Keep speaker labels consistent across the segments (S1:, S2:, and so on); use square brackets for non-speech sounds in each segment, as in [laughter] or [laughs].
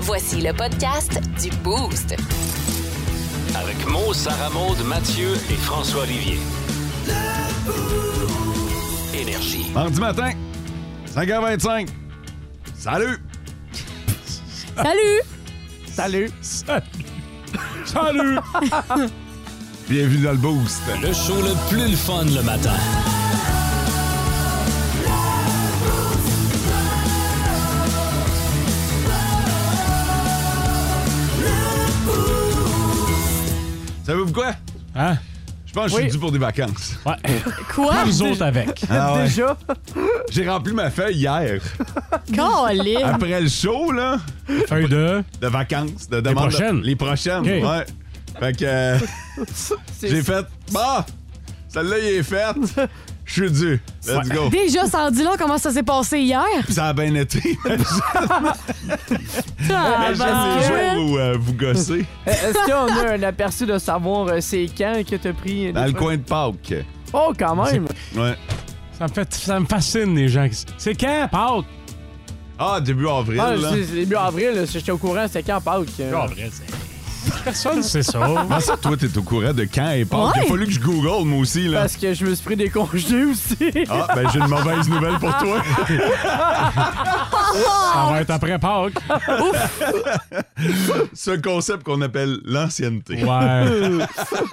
S1: Voici le podcast du Boost.
S2: Avec Mo, Sarah Maud, Mathieu et François Olivier. Énergie.
S3: Mardi matin, 5h25. Salut!
S4: Salut!
S3: Salut! Salut! Salut! Bienvenue dans le boost.
S2: Le show le plus le fun le matin.
S3: Savez-vous quoi?
S5: Hein?
S3: Je pense que je suis
S5: Oui.
S3: dû pour des vacances.
S5: Ouais.
S4: Quoi?
S5: Nous autres avec.
S3: Ah ouais.
S6: Déjà?
S3: [laughs] J'ai rempli ma feuille hier.
S4: [laughs] Colin!
S3: Après le show, là,
S5: Feuille de.
S3: de vacances, de demande.
S5: prochaines.
S3: Les prochaines,
S5: Ok.
S3: ouais. Fait que euh, j'ai fait, bah, celle-là, il est faite. Je suis dû. Let's go.
S4: Déjà, ça en dit long comment ça s'est passé hier?
S3: Puis ça a bien été. [laughs]
S4: Ah,
S3: Imagine
S4: ben,
S3: les jours où euh, vous gossez
S6: Euh, Est-ce qu'on a un aperçu de savoir euh, c'est quand que t'as pris? euh,
S3: dans
S6: des-
S3: le coin de Pâques.
S6: Oh, quand même!
S3: Ouais.
S5: Ça me, fait, ça me fascine, les gens. qui- C'est quand, Pâques?
S3: Ah, début avril,
S6: Ah,
S3: là.
S6: c'est c'est début avril, là, j'étais au courant, c'est quand Pâques? euh.
S5: Personne ne sait
S3: [laughs]
S5: ça.
S3: Comment ça, toi, t'es au courant de quand est Pâques? Il a
S4: Ouais.
S3: fallu que je google, moi aussi, là.
S6: Parce que je me suis pris des congés aussi.
S3: Ah, ben j'ai une mauvaise nouvelle pour
S6: [laughs]
S3: toi.
S5: [laughs]
S4: Ah,
S5: Ça va être après Pâques.
S3: Ce concept qu'on appelle l'ancienneté.
S5: Ouais.
S3: [laughs]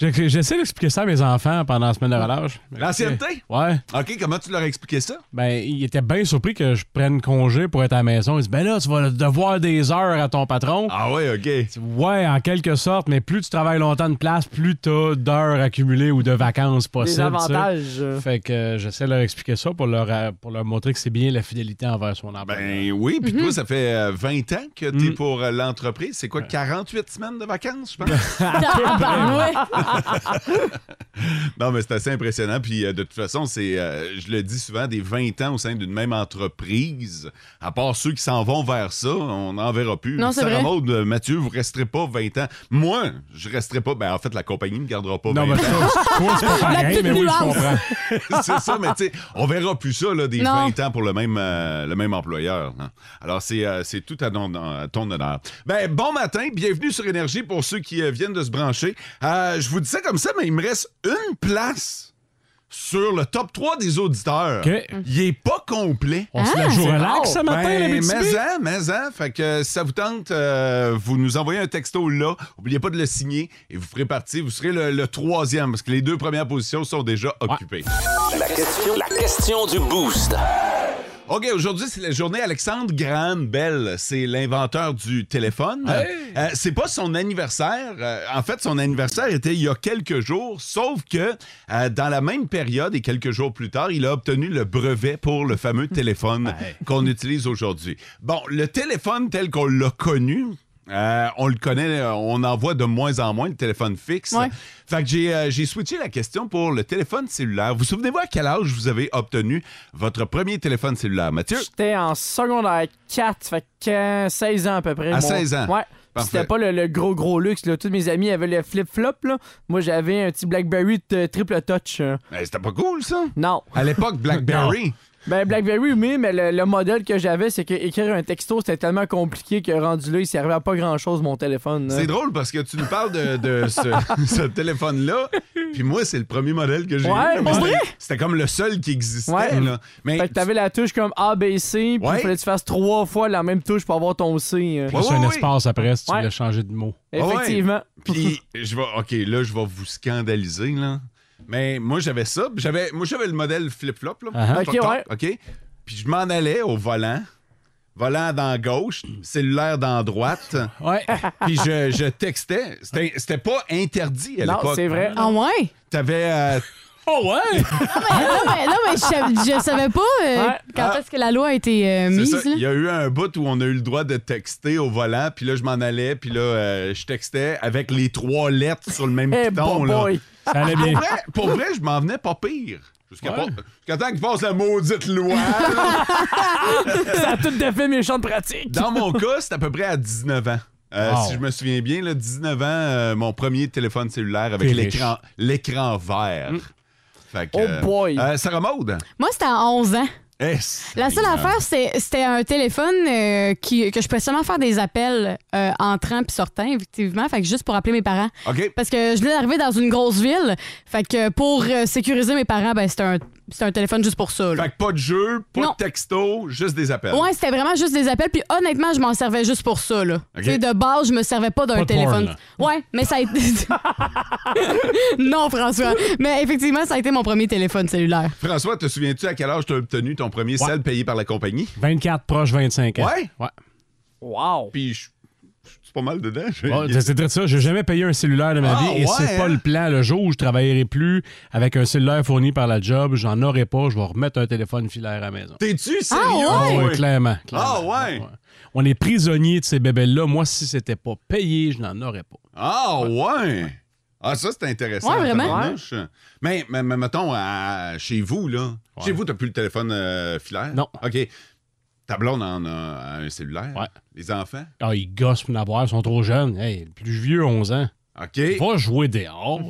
S5: J'ai- J'essaie d'expliquer ça à mes enfants pendant la semaine de relâche.
S3: L'ancienneté?
S5: Ouais.
S3: OK, comment tu leur as expliqué ça?
S5: Ben, ils étaient bien surpris que je prenne congé pour être à la maison. Ils disent, ben là, tu vas devoir des heures à ton patron.
S3: Ah ouais, OK.
S5: Ouais, en quelque sorte, mais plus tu travailles longtemps de place, plus t'as d'heures accumulées ou de vacances
S6: Des
S5: possibles. tu sais.
S6: avantages. euh.
S5: Fait que euh, j'essaie de leur expliquer ça pour leur, euh, pour leur montrer que c'est bien la fidélité envers son employeur.
S3: Ben oui, puis
S5: Mhm.
S3: toi, ça fait euh, 20 ans que t'es pour euh, l'entreprise. C'est quoi, 48 semaines de
S6: [laughs]
S5: [laughs]
S3: vacances, je pense?
S4: ah, tabarouette.
S3: [laughs] non, mais c'est assez impressionnant. Puis euh, de toute façon, c'est, euh, je le dis souvent, des 20 ans au sein d'une même entreprise, à part ceux qui s'en vont vers ça, on n'en verra plus.
S4: Non, c'est
S3: Sarah
S4: vrai.
S3: Maud, euh, Mathieu, vous resterez pas 20 ans. Moi, je resterai pas. Ben en fait, la compagnie ne gardera pas 20
S5: non, mais
S3: ans.
S5: ça, toi,
S4: [laughs]
S5: c'est pas pareil,
S4: petite
S5: mais oui, je
S4: nuance.
S5: comprends.
S3: [laughs] c'est ça, mais tu sais, on verra plus ça, là, des
S4: Non.
S3: 20 ans pour le même, euh, le même employeur. hein. Alors, c'est euh, c'est tout à ton, à ton honneur. Ben, bon matin, bienvenue sur Énergie pour ceux qui euh, viennent de se brancher. Euh, je vous dis ça comme ça, mais il me reste une place sur le top 3 des auditeurs.
S5: OK.
S3: Il est pas complet.
S5: On se la joue relax ce matin, la
S3: Ben,
S5: BTB?
S3: mais-en, mais-en. hein. Fait que si ça vous tente, euh, vous nous envoyez un texto là. Oubliez pas de le signer et vous ferez partie. Vous serez le, le troisième parce que les deux premières positions sont déjà occupées.
S2: La question, la question du boost.
S3: OK, aujourd'hui, c'est la journée Alexandre Graham Bell. C'est l'inventeur du téléphone. Euh, c'est pas son anniversaire. Euh, en fait, son anniversaire était il y a quelques jours, sauf que euh, dans la même période et quelques jours plus tard, il a obtenu le brevet pour le fameux téléphone qu'on utilise aujourd'hui. Bon, le téléphone tel qu'on l'a connu, euh, on le connaît, euh, on en voit de moins en moins le téléphone fixe.
S4: Ouais.
S3: Fait que j'ai, euh, j'ai switché la question pour le téléphone cellulaire. Vous souvenez-vous à quel âge vous avez obtenu votre premier téléphone cellulaire, Mathieu?
S6: J'étais en secondaire 4, fait que euh, 16 ans à peu près.
S3: À 16 ans.
S6: Ouais. Puis
S3: Parfait.
S6: C'était pas le, le gros gros luxe. Là. Tous mes amis avaient le flip-flop. là. Moi, j'avais un petit Blackberry de triple touch. euh.
S3: Ben, c'était pas cool, ça?
S6: Non. [laughs]
S3: À l'époque, BlackBerry.
S6: Ben, Blackberry, oui, mais le, le modèle que j'avais, c'est que écrire un texto, c'était tellement compliqué que rendu là, il servait à pas grand-chose, mon téléphone. là.
S3: C'est drôle parce que tu nous parles de, de ce, ce téléphone-là, puis moi, c'est le premier modèle que j'ai
S6: Ouais,
S3: eu. mais
S6: pour
S3: c'était- C'était comme le seul qui existait.
S6: Ouais.
S3: Là. Mais
S6: Fait que t'avais la touche comme ABC, puis
S3: Ouais.
S6: il fallait que tu fasses trois fois la même touche pour avoir ton C. euh.
S3: Ouais,
S5: C'est un
S3: ouais,
S5: espace après si tu
S6: Ouais.
S5: voulais changer de mot.
S3: Ah ouais.
S6: Effectivement.
S3: Puis je vais OK, là je vais vous scandaliser là. Mais moi j'avais ça, puis j'avais moi j'avais le modèle flip-flop là.
S5: Ah,
S6: ah.
S3: Toc,
S6: Ok,
S3: toc,
S6: ouais.
S3: OK. Puis je m'en allais au volant. Volant dans gauche, cellulaire dans droite.
S6: [laughs]
S5: Ouais.
S3: Puis je, je textais. C'était c'était pas interdit à
S6: Non,
S3: l'époque. euh,
S6: c'est vrai.
S4: Ah ouais?
S3: T'avais euh,
S5: [laughs] oh ouais!
S4: Mais non, mais, non, mais je, sav- je savais pas euh,
S6: Ouais.
S4: quand
S3: Ah.
S4: est-ce que la loi a été euh,
S3: C'est
S4: mise.
S3: ça.
S4: là.
S3: Il y a eu un bout où on a eu le droit de texter au volant, puis là, je m'en allais, puis là, euh, je textais avec les trois lettres sur le
S6: [laughs]
S3: même
S6: Eh,
S3: piton.
S6: bon
S3: là.
S6: boy.
S5: Ça allait bien.
S3: Pour vrai- Pour vrai, je m'en venais pas pire. Jusqu'à
S5: Ouais.
S3: pas- jusqu'à temps qu'il passe la maudite loi. là.
S6: [laughs] Ça a tout de fait mes champs de pratique.
S3: Dans mon cas, c'est à peu près à 19 ans. Euh,
S5: Wow.
S3: Si je me souviens bien, là, 19 ans, euh, mon premier téléphone cellulaire avec
S5: T'es
S3: l'écran l'écran vert. Fait que,
S6: Oh
S3: euh,
S6: boy.
S3: euh, Sarah Maud,
S4: Moi, c'était à 11 ans.
S3: Eh,
S4: La seule
S3: Seigneur.
S4: affaire, c'est- c'était un téléphone euh, qui, que je pouvais seulement faire des appels euh, entrant puis sortant, effectivement. Fait que juste pour appeler mes parents.
S3: OK.
S4: Parce que je venais d'arriver dans une grosse ville. Fait que pour euh, sécuriser mes parents, ben, c'était un, c'était un téléphone juste pour ça. là.
S3: Fait que pas de jeu, pas
S4: Non.
S3: de texto, juste des appels.
S4: Ouais, c'était vraiment juste des appels. Puis honnêtement, je m'en servais juste pour ça. Là.
S3: OK.
S4: Tu sais, De base, je me servais pas d'un
S5: Pas de
S4: téléphone.
S5: porn,
S4: ouais, mais ça a été. [laughs] non, François. Mais effectivement, ça a été mon premier téléphone cellulaire.
S3: François, te souviens-tu à quel âge tu as obtenu ton premier
S5: Ouais.
S3: sel payé par la compagnie?
S5: 24 proche 25 ans.
S3: Ouais?
S5: Ouais.
S6: Wow!
S3: Puis je je suis pas mal dedans. Je-
S5: Ouais, c'est- c'est très ça. J'ai jamais payé un cellulaire de ma
S3: Ah,
S5: vie et
S3: ouais,
S5: c'est pas
S3: hein?
S5: le plan. Le jour où je travaillerai plus avec un cellulaire fourni par la job, j'en aurai pas. Je vais remettre un téléphone filaire à la maison.
S3: T'es-tu sérieux?
S5: Ah ouais, clairement. clairement.
S3: Ah ouais?
S5: On est prisonnier de ces bébés-là. Moi, si c'était pas payé, je n'en aurais pas.
S3: Ah ouais! Ah, ça, c'est intéressant.
S4: Ouais, vraiment?
S3: tabarnouche. Mais, mais, mais mettons, à- chez vous, là.
S5: Ouais.
S3: Chez vous, t'as plus le téléphone euh, filaire?
S5: Non.
S3: OK. Ta blonde en a un cellulaire?
S5: Ouais.
S3: Les enfants?
S5: Ah, ils gossent pour en avoir, ils sont trop jeunes. Hey, le plus vieux, 11 ans.
S3: OK.
S5: Va jouer dehors.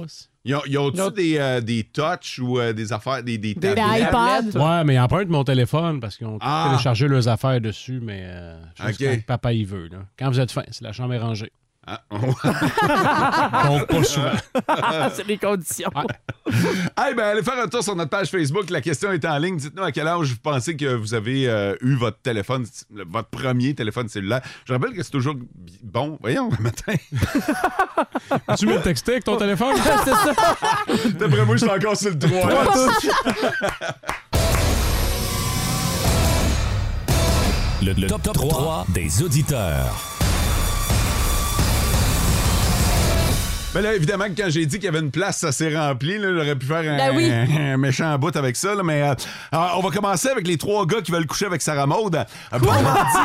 S3: Ils ont- ils ont-tu
S6: Ils ont-
S3: des, euh, des touchs ou euh, des affaires, des, des
S4: Des
S6: Des
S3: tablettes?
S4: iPads.
S5: Ouais, mais ils empruntent mon téléphone parce qu'ils ont
S3: Ah.
S5: téléchargé leurs affaires dessus, mais euh, juste
S3: Ok.
S5: quand papa il veut. Là. Quand vous êtes fin, si la chambre est rangée.
S3: Ah, [laughs] ouais.
S5: Donc, pas souvent.
S6: Ah,
S3: [laughs]
S6: [laughs] c'est les conditions.
S5: Ouais.
S3: Eh ben, allez faire un tour sur notre page Facebook. La question est en ligne. Dites-nous à quel âge vous pensez que vous avez euh, eu votre téléphone, le- votre premier téléphone cellulaire. Je rappelle que c'est toujours bi- bon. Voyons,
S5: [laughs]
S3: le matin.
S5: tu me texter avec ton
S3: [laughs]
S5: téléphone?
S6: c'est ça.
S3: D'après [laughs] moi, je suis encore sur le droit.
S4: Ah,
S2: Le, top, 3, des auditeurs.
S3: Ben là, évidemment, que quand j'ai dit qu'il y avait une place, ça s'est rempli. là. J'aurais pu faire un,
S4: Ben oui.
S3: un méchant bout avec ça. là, mais euh, euh, on va commencer avec les trois gars qui veulent coucher avec Sarah Maud. Euh, Bon mardi.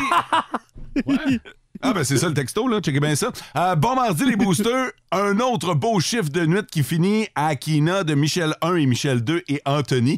S3: Ouais. Ah ben c'est ça le texto, là, checkez bien ça. Euh, bon mardi les
S5: [laughs]
S3: boosters, un autre beau chiffre de nuit qui finit à Akina de Michel 1 et Michel 2 et Anthony,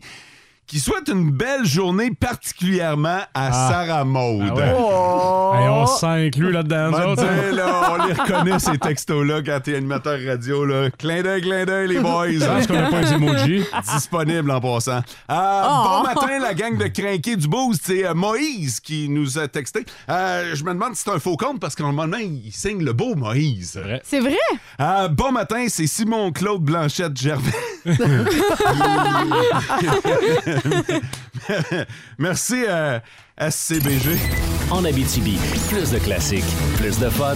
S3: qui souhaitent une belle journée particulièrement à Sarah Maud.
S5: Ah ouais.
S6: Oh!
S5: Hey, on
S3: [laughs]
S5: s'inclut là-dedans. nous
S3: Ben,
S5: autres, hein.
S3: tu sais, là, on les reconnaît, ces textos-là, quand t'es animateur radio. Là. Clin d'œil, clin d'œil, les boys.
S5: Je pense qu'on n'a pas les emojis.
S3: Disponible en passant. Euh,
S4: Oh.
S3: Bon matin, la gang de crinqués du Boost. C'est euh, Moïse qui nous a texté. Euh, je me demande si c'est un faux compte parce qu'en moment, il signe le beau Moïse.
S5: vrai.
S4: C'est vrai?
S3: Euh, bon matin, c'est
S5: [laughs]
S3: Simon-Claude Blanchette-Gervais. [laughs] Merci, euh, SCBG.
S2: En Abitibi, plus de classiques, plus de fun.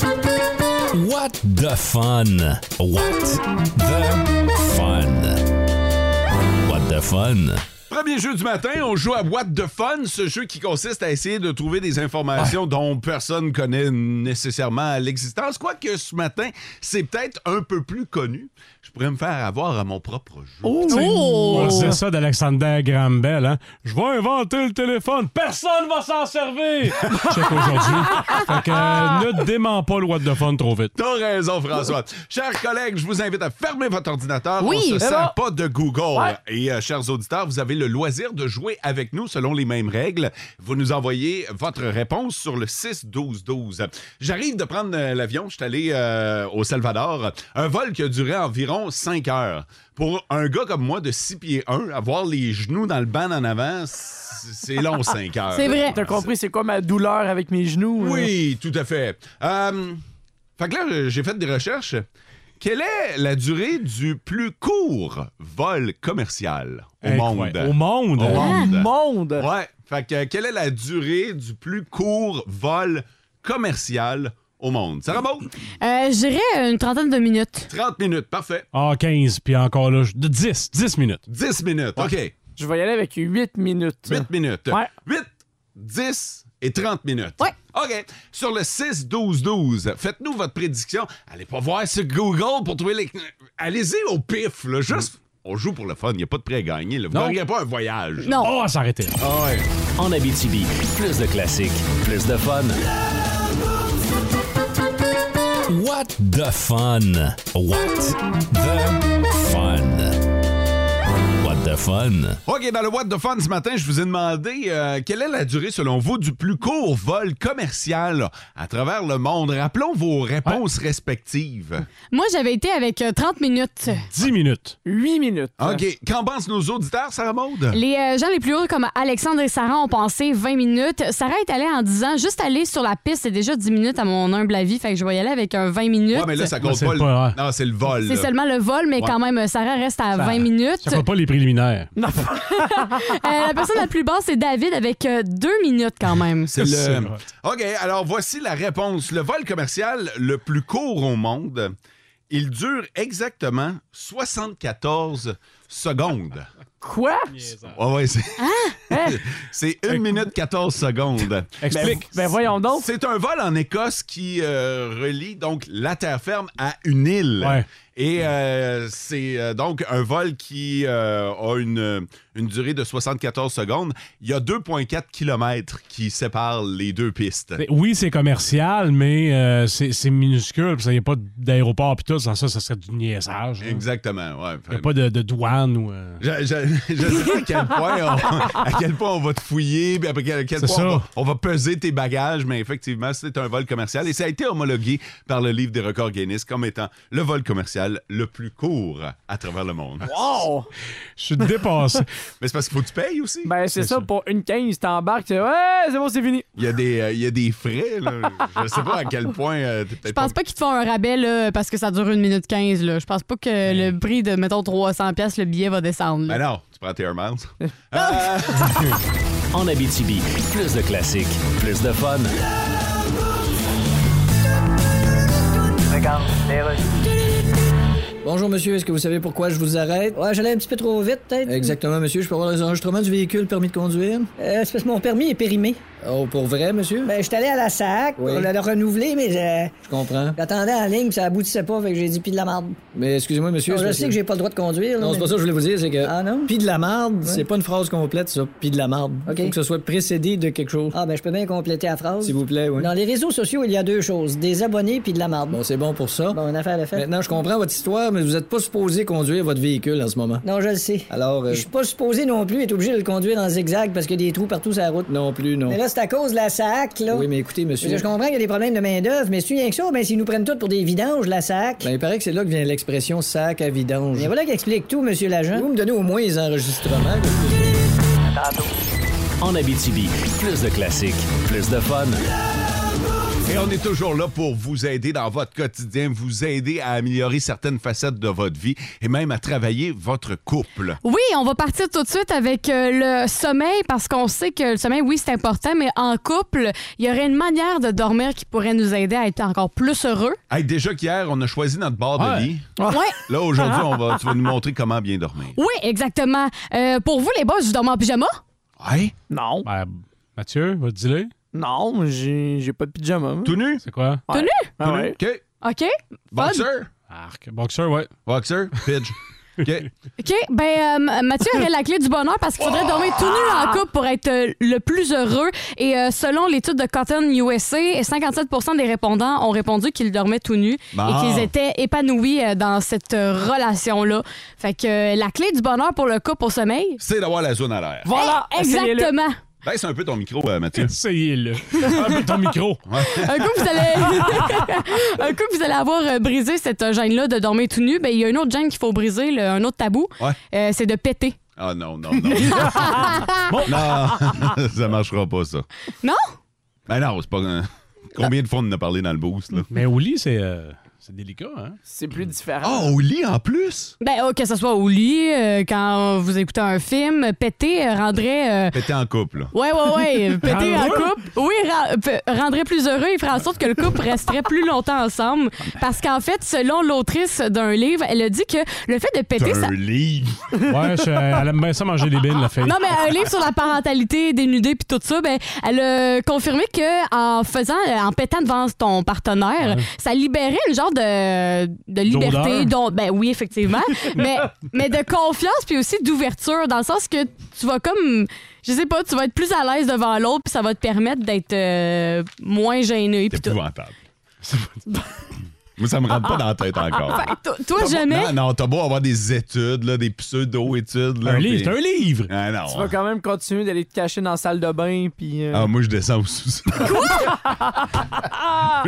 S2: What the fun? What the fun? What the fun?
S3: Premier jeu du matin, on joue à What the Fun, ce jeu qui consiste à essayer de trouver des informations dont personne connaît nécessairement l'existence. Quoique ce matin, c'est peut-être un peu plus connu. Je pourrais me faire avoir à mon propre jeu.
S5: Oh!
S4: Oh!
S5: On disait ça d'Alexander Graham Bell. Hein? Je vais inventer le téléphone. Personne va s'en servir. Check aujourd'hui.
S4: Ah,
S5: Fait que euh, ne dément pas le What the Fun trop vite.
S3: T'as raison, François. Chers collègues, je vous invite à fermer votre ordinateur.
S4: Oui, Eh
S3: on se
S4: mais
S3: sert pas de Google. Et euh, chers auditeurs, vous avez le loisir de jouer avec nous selon les mêmes règles. Vous nous envoyez votre réponse sur le 6 12 12. J'arrive de prendre euh, l'avion. Je suis allé euh, au Salvador. Un vol qui a duré environ 5 heures. Pour un gars comme moi de 6 pieds 1, avoir les genoux dans le banc en avant, c-
S4: [laughs]
S3: c'est long 5 heures.
S4: C'est vrai.
S6: T'as compris, c'est quoi ma douleur avec mes genoux? hein?
S3: Oui, tout à fait. Euh, fait que là, j'ai fait des recherches. Quelle est la durée du plus court vol commercial au
S5: Incroyable. Au
S3: monde?
S5: monde. hein?
S3: Au
S4: Ah,
S3: monde.
S6: Monde!
S3: Ouais. Fait que euh, quelle est la durée du plus court vol commercial au monde? Ça remonte?
S4: Euh, J'irais une trentaine de minutes.
S3: 30 minutes, parfait.
S5: Ah, 15. Puis encore là, je- de 10. 10 minutes.
S3: 10 minutes, OK.
S6: Je vais y aller avec 8 minutes.
S3: 8 minutes.
S6: Ouais.
S3: 8, 10 et 30 minutes.
S4: Ouais.
S3: OK. Sur le 6-12-12, faites-nous votre prédiction. Allez pas voir sur Google pour trouver les. Allez-y au pif, là. Juste. On joue pour le fun. Il n'y a pas de prêt à gagner. là. Vous
S5: Mm. Non.
S3: n'aurez pas un voyage.
S4: Non.
S5: Oh, s'arrêter.
S3: Ah ouais.
S2: En Abitibi, plus de classiques, plus de fun. What
S7: Oh.
S2: the fun? What the fun? What de fun.
S3: OK, dans le What the Fun ce matin, je vous ai demandé euh, quelle est la durée, selon vous, du plus court vol commercial là, à travers le monde. Rappelons vos réponses respectives.
S4: Moi, j'avais été avec euh, 30 minutes.
S5: 10 minutes.
S6: 8 minutes.
S3: OK, qu'en pensent nos auditeurs, Sarah Maude?
S4: Les euh, gens les plus hauts, comme Alexandre et Sarah, ont pensé 20 minutes. Sarah est allée en disant juste aller sur la piste, c'est déjà 10 minutes à mon humble avis. Fait que je vais y aller avec un 20 minutes.
S3: Ouais, mais là, ça compte
S5: c'est
S3: pas. le-
S5: pas, ouais.
S3: Non, c'est le vol.
S4: c'est
S3: là.
S4: seulement le vol, mais
S3: Ouais.
S4: quand même, euh, Sarah reste à 20 minutes.
S5: Ça compte pas les préliminaires.
S4: Euh, la personne la plus basse, c'est David avec 2 minutes quand même.
S3: C'est
S5: C'est
S3: le...
S5: vrai.
S3: OK, alors voici la réponse. Le vol commercial le plus court au monde, il dure exactement 74 secondes.
S6: Quoi?
S3: Ouais, ouais, c'est...
S7: Ah!
S3: [laughs] c'est 1 minute 14 secondes.
S5: Explique.
S6: Ben voyons donc.
S3: C'est un vol en Écosse qui euh, relie donc la terre ferme à une île.
S5: Ouais.
S3: Et euh, c'est euh, donc un vol qui euh, a une, une durée de 74 secondes. Il y a 2,4 km qui séparent les deux pistes.
S5: Mais Oui, c'est commercial, mais euh, c'est c'est minuscule. puis Ça n'y a pas d'aéroport puis tout. Sans ça, ça serait du niaisage. Il
S3: Exactement, ouais.
S5: n'y a pas de, de douane ou. euh,
S3: Je, je, je sais pas à quel, point on, à quel point on va te fouiller, puis à quel, à quel
S5: C'est
S3: point on va,
S5: ça.
S3: on va peser tes bagages, mais effectivement, c'est un vol commercial. Et ça a été homologué par le livre des records Guinness comme étant le vol commercial le plus court à travers le monde.
S6: Wow!
S5: Je suis dépassé.
S3: Mais c'est parce qu'il faut que tu payes aussi.
S6: Ben, c'est
S5: C'est
S6: ça,
S5: ça.
S6: pour une 15, t'embarques, tu ouais, c'est bon, c'est fini.
S3: Il y a des, euh, il y a des frais. Là. Je sais pas à quel point. euh, t'es
S4: Je
S3: peut-être
S4: pense pas qu'ils te font un rabais là, parce que ça dure 1 minute 15. Là. Je pense pas que le prix de, mettons, 300$, piastres, le billet va descendre. là.
S3: Ben non, tu prends tes Ah! Air Miles.
S2: [laughs] En Abitibi, plus de classiques, plus de fun.
S8: Bonjour monsieur, est-ce que vous savez pourquoi je vous arrête?
S9: Ouais, j'allais un petit peu trop vite, peut-être.
S8: Exactement monsieur, je peux avoir les enregistrements du véhicule, permis de conduire?
S9: Euh, c'est parce que mon permis est périmé.
S8: Oh, pour vrai monsieur?
S9: Ben, j'étais allé à la SAC
S8: Oui.
S9: pour le, le renouveler, mais euh,
S8: Je comprends.
S9: j'attendais en ligne, puis ça aboutissait pas, fait que j'ai dit pis de la marde.
S8: Mais excusez-moi monsieur.
S9: Non,
S8: c'est
S9: Ah, je
S8: parce
S9: sais que j'ai pas le droit de conduire. là,
S8: Non, c'est
S9: mais-
S8: pas ça que je voulais vous dire, c'est que...
S9: Ah non?
S8: Pis de la marde, c'est pas une phrase complète ça, pis de la marde.
S9: Ok.
S8: Faut que ce soit précédé de quelque chose.
S9: Ah, ben, je peux bien compléter la phrase.
S8: S'il vous plaît, oui.
S9: Dans les réseaux sociaux, il y a deux choses des abonnés puis de la marde.
S8: Bon, c'est bon pour ça.
S9: Bon, une affaire de fait.
S8: Maintenant, je comprends votre histoire, mais vous êtes pas supposé conduire votre véhicule en ce moment.
S9: Non, je le sais.
S8: Alors, euh,
S9: Je suis pas supposé non plus être obligé de le conduire en zigzag parce qu'il y a des trous partout sur la route.
S8: non plus, non.
S9: Mais là, c'est à cause de la SAC, là.
S8: Oui, mais écoutez
S9: Je veux dire,
S8: monsieur...
S9: je comprends qu'il y a des problèmes de main-d'œuvre, mais si rien que ça, ben, s'ils nous prennent tous pour des vidanges, la SAC.
S8: Ben, il paraît que c'est là que vient l'expression sac à vidange.
S9: Mais voilà qui explique tout, monsieur l'agent.
S8: Vous me donnez au moins les enregistrements.
S2: En Abitibi, plus de classiques, plus de fun.
S3: Et on est toujours là pour vous aider dans votre quotidien, vous aider à améliorer certaines facettes de votre vie et même à travailler votre couple.
S4: Oui, on va partir tout de suite avec euh, le sommeil parce qu'on sait que le sommeil, oui, c'est important, mais en couple, il y aurait une manière de dormir qui pourrait nous aider à être encore plus heureux.
S3: Hey, déjà qu'hier, on a choisi notre bord de
S5: Ouais.
S3: lit.
S4: Ouais.
S3: [laughs] Là, aujourd'hui, on va, tu vas nous montrer comment bien dormir.
S4: Oui, exactement. Euh, pour vous, les boss, vous dormez en pyjama?
S3: Hey,
S6: Non,
S5: Ben, Mathieu, va te dire.
S6: non, j'ai j'ai pas de pyjama. moi.
S3: tout nu?
S5: C'est quoi?
S6: Ouais.
S4: Tenu?
S6: Ah ouais.
S3: OK.
S4: OK?
S3: Boxer?
S5: Arc. Boxeur, ouais.
S3: Boxer?
S5: [laughs]
S3: Pidge. OK.
S4: OK. Ben, euh, Mathieu aurait la clé du bonheur parce qu'il faudrait dormir tout nu en couple pour être euh, le plus heureux. Et euh, selon l'étude de Cotton USA, 57 des répondants ont répondu qu'ils dormaient tout nu
S3: Bon.
S4: et qu'ils étaient épanouis euh, dans cette euh, relation-là. Fait que euh, la clé du bonheur pour le couple au sommeil.
S3: C'est d'avoir la zone à l'air.
S6: Voilà! essayez-le.
S4: Exactement.
S3: Baisse un peu ton micro, euh, Mathieu.
S5: Eh,
S3: [laughs]
S5: Essayez-le. Un peu ton micro.
S4: Un coup, vous allez, [laughs] un coup, vous allez avoir euh, brisé cette euh, gêne-là de dormir tout nu. Ben, il y a une autre gêne qu'il faut briser, le- un autre tabou.
S3: Ouais.
S4: Euh, c'est de péter.
S3: Ah non,
S4: [laughs]
S3: non, non. Non, [laughs] ça marchera pas, ça.
S4: Non?
S3: Ben non, c'est pas... un- Combien de fois on en a parlé dans le boost, là?
S5: Mais au lit, c'est euh, c'est délicat, hein?
S6: C'est plus différent.
S3: Ah, au lit en plus?
S4: Ben, oh, que ce soit au lit, euh, quand vous écoutez un film, euh, péter euh, rendrait. euh,
S3: Pété en couple, là.
S4: Ouais, ouais,
S3: [laughs]
S4: ouais. euh, Péter en
S5: Rendre heureux?
S4: couple. Oui, ra- p- rendrait plus heureux et ferait en sorte que le couple resterait plus longtemps
S3: [laughs]
S4: ensemble. Parce qu'en fait, selon l'autrice d'un livre, elle a dit que le fait de péter, ça.
S3: Un lit.
S5: [laughs] Ouais, je- elle aime bien ça manger des bines, la fille.
S4: Non, mais euh, un livre sur la parentalité dénudée puis tout ça, ben, elle a confirmé que en faisant, en pétant devant ton partenaire, ça libérait une genre de, de liberté. dont- ben oui, effectivement. mais, mais de confiance puis aussi d'ouverture, dans le sens que tu vas comme, je sais pas, tu vas être plus à l'aise devant l'autre puis ça va te permettre d'être euh, moins gêné. puis
S3: C'est
S4: tout.
S3: épouvantable. Moi, ça me
S6: Ah,
S3: rentre pas dans la tête encore.
S4: Fait que to- toi, jamais.
S3: Non, non, t'as beau avoir des études, là, des pseudo-études. là,
S5: Un livre,
S3: puis-
S5: c'est un livre!
S3: Ah, non.
S6: Tu vas quand même continuer d'aller te cacher dans la salle de bain, puis. euh,
S3: Ah, moi, je descends au sous-sol. [laughs]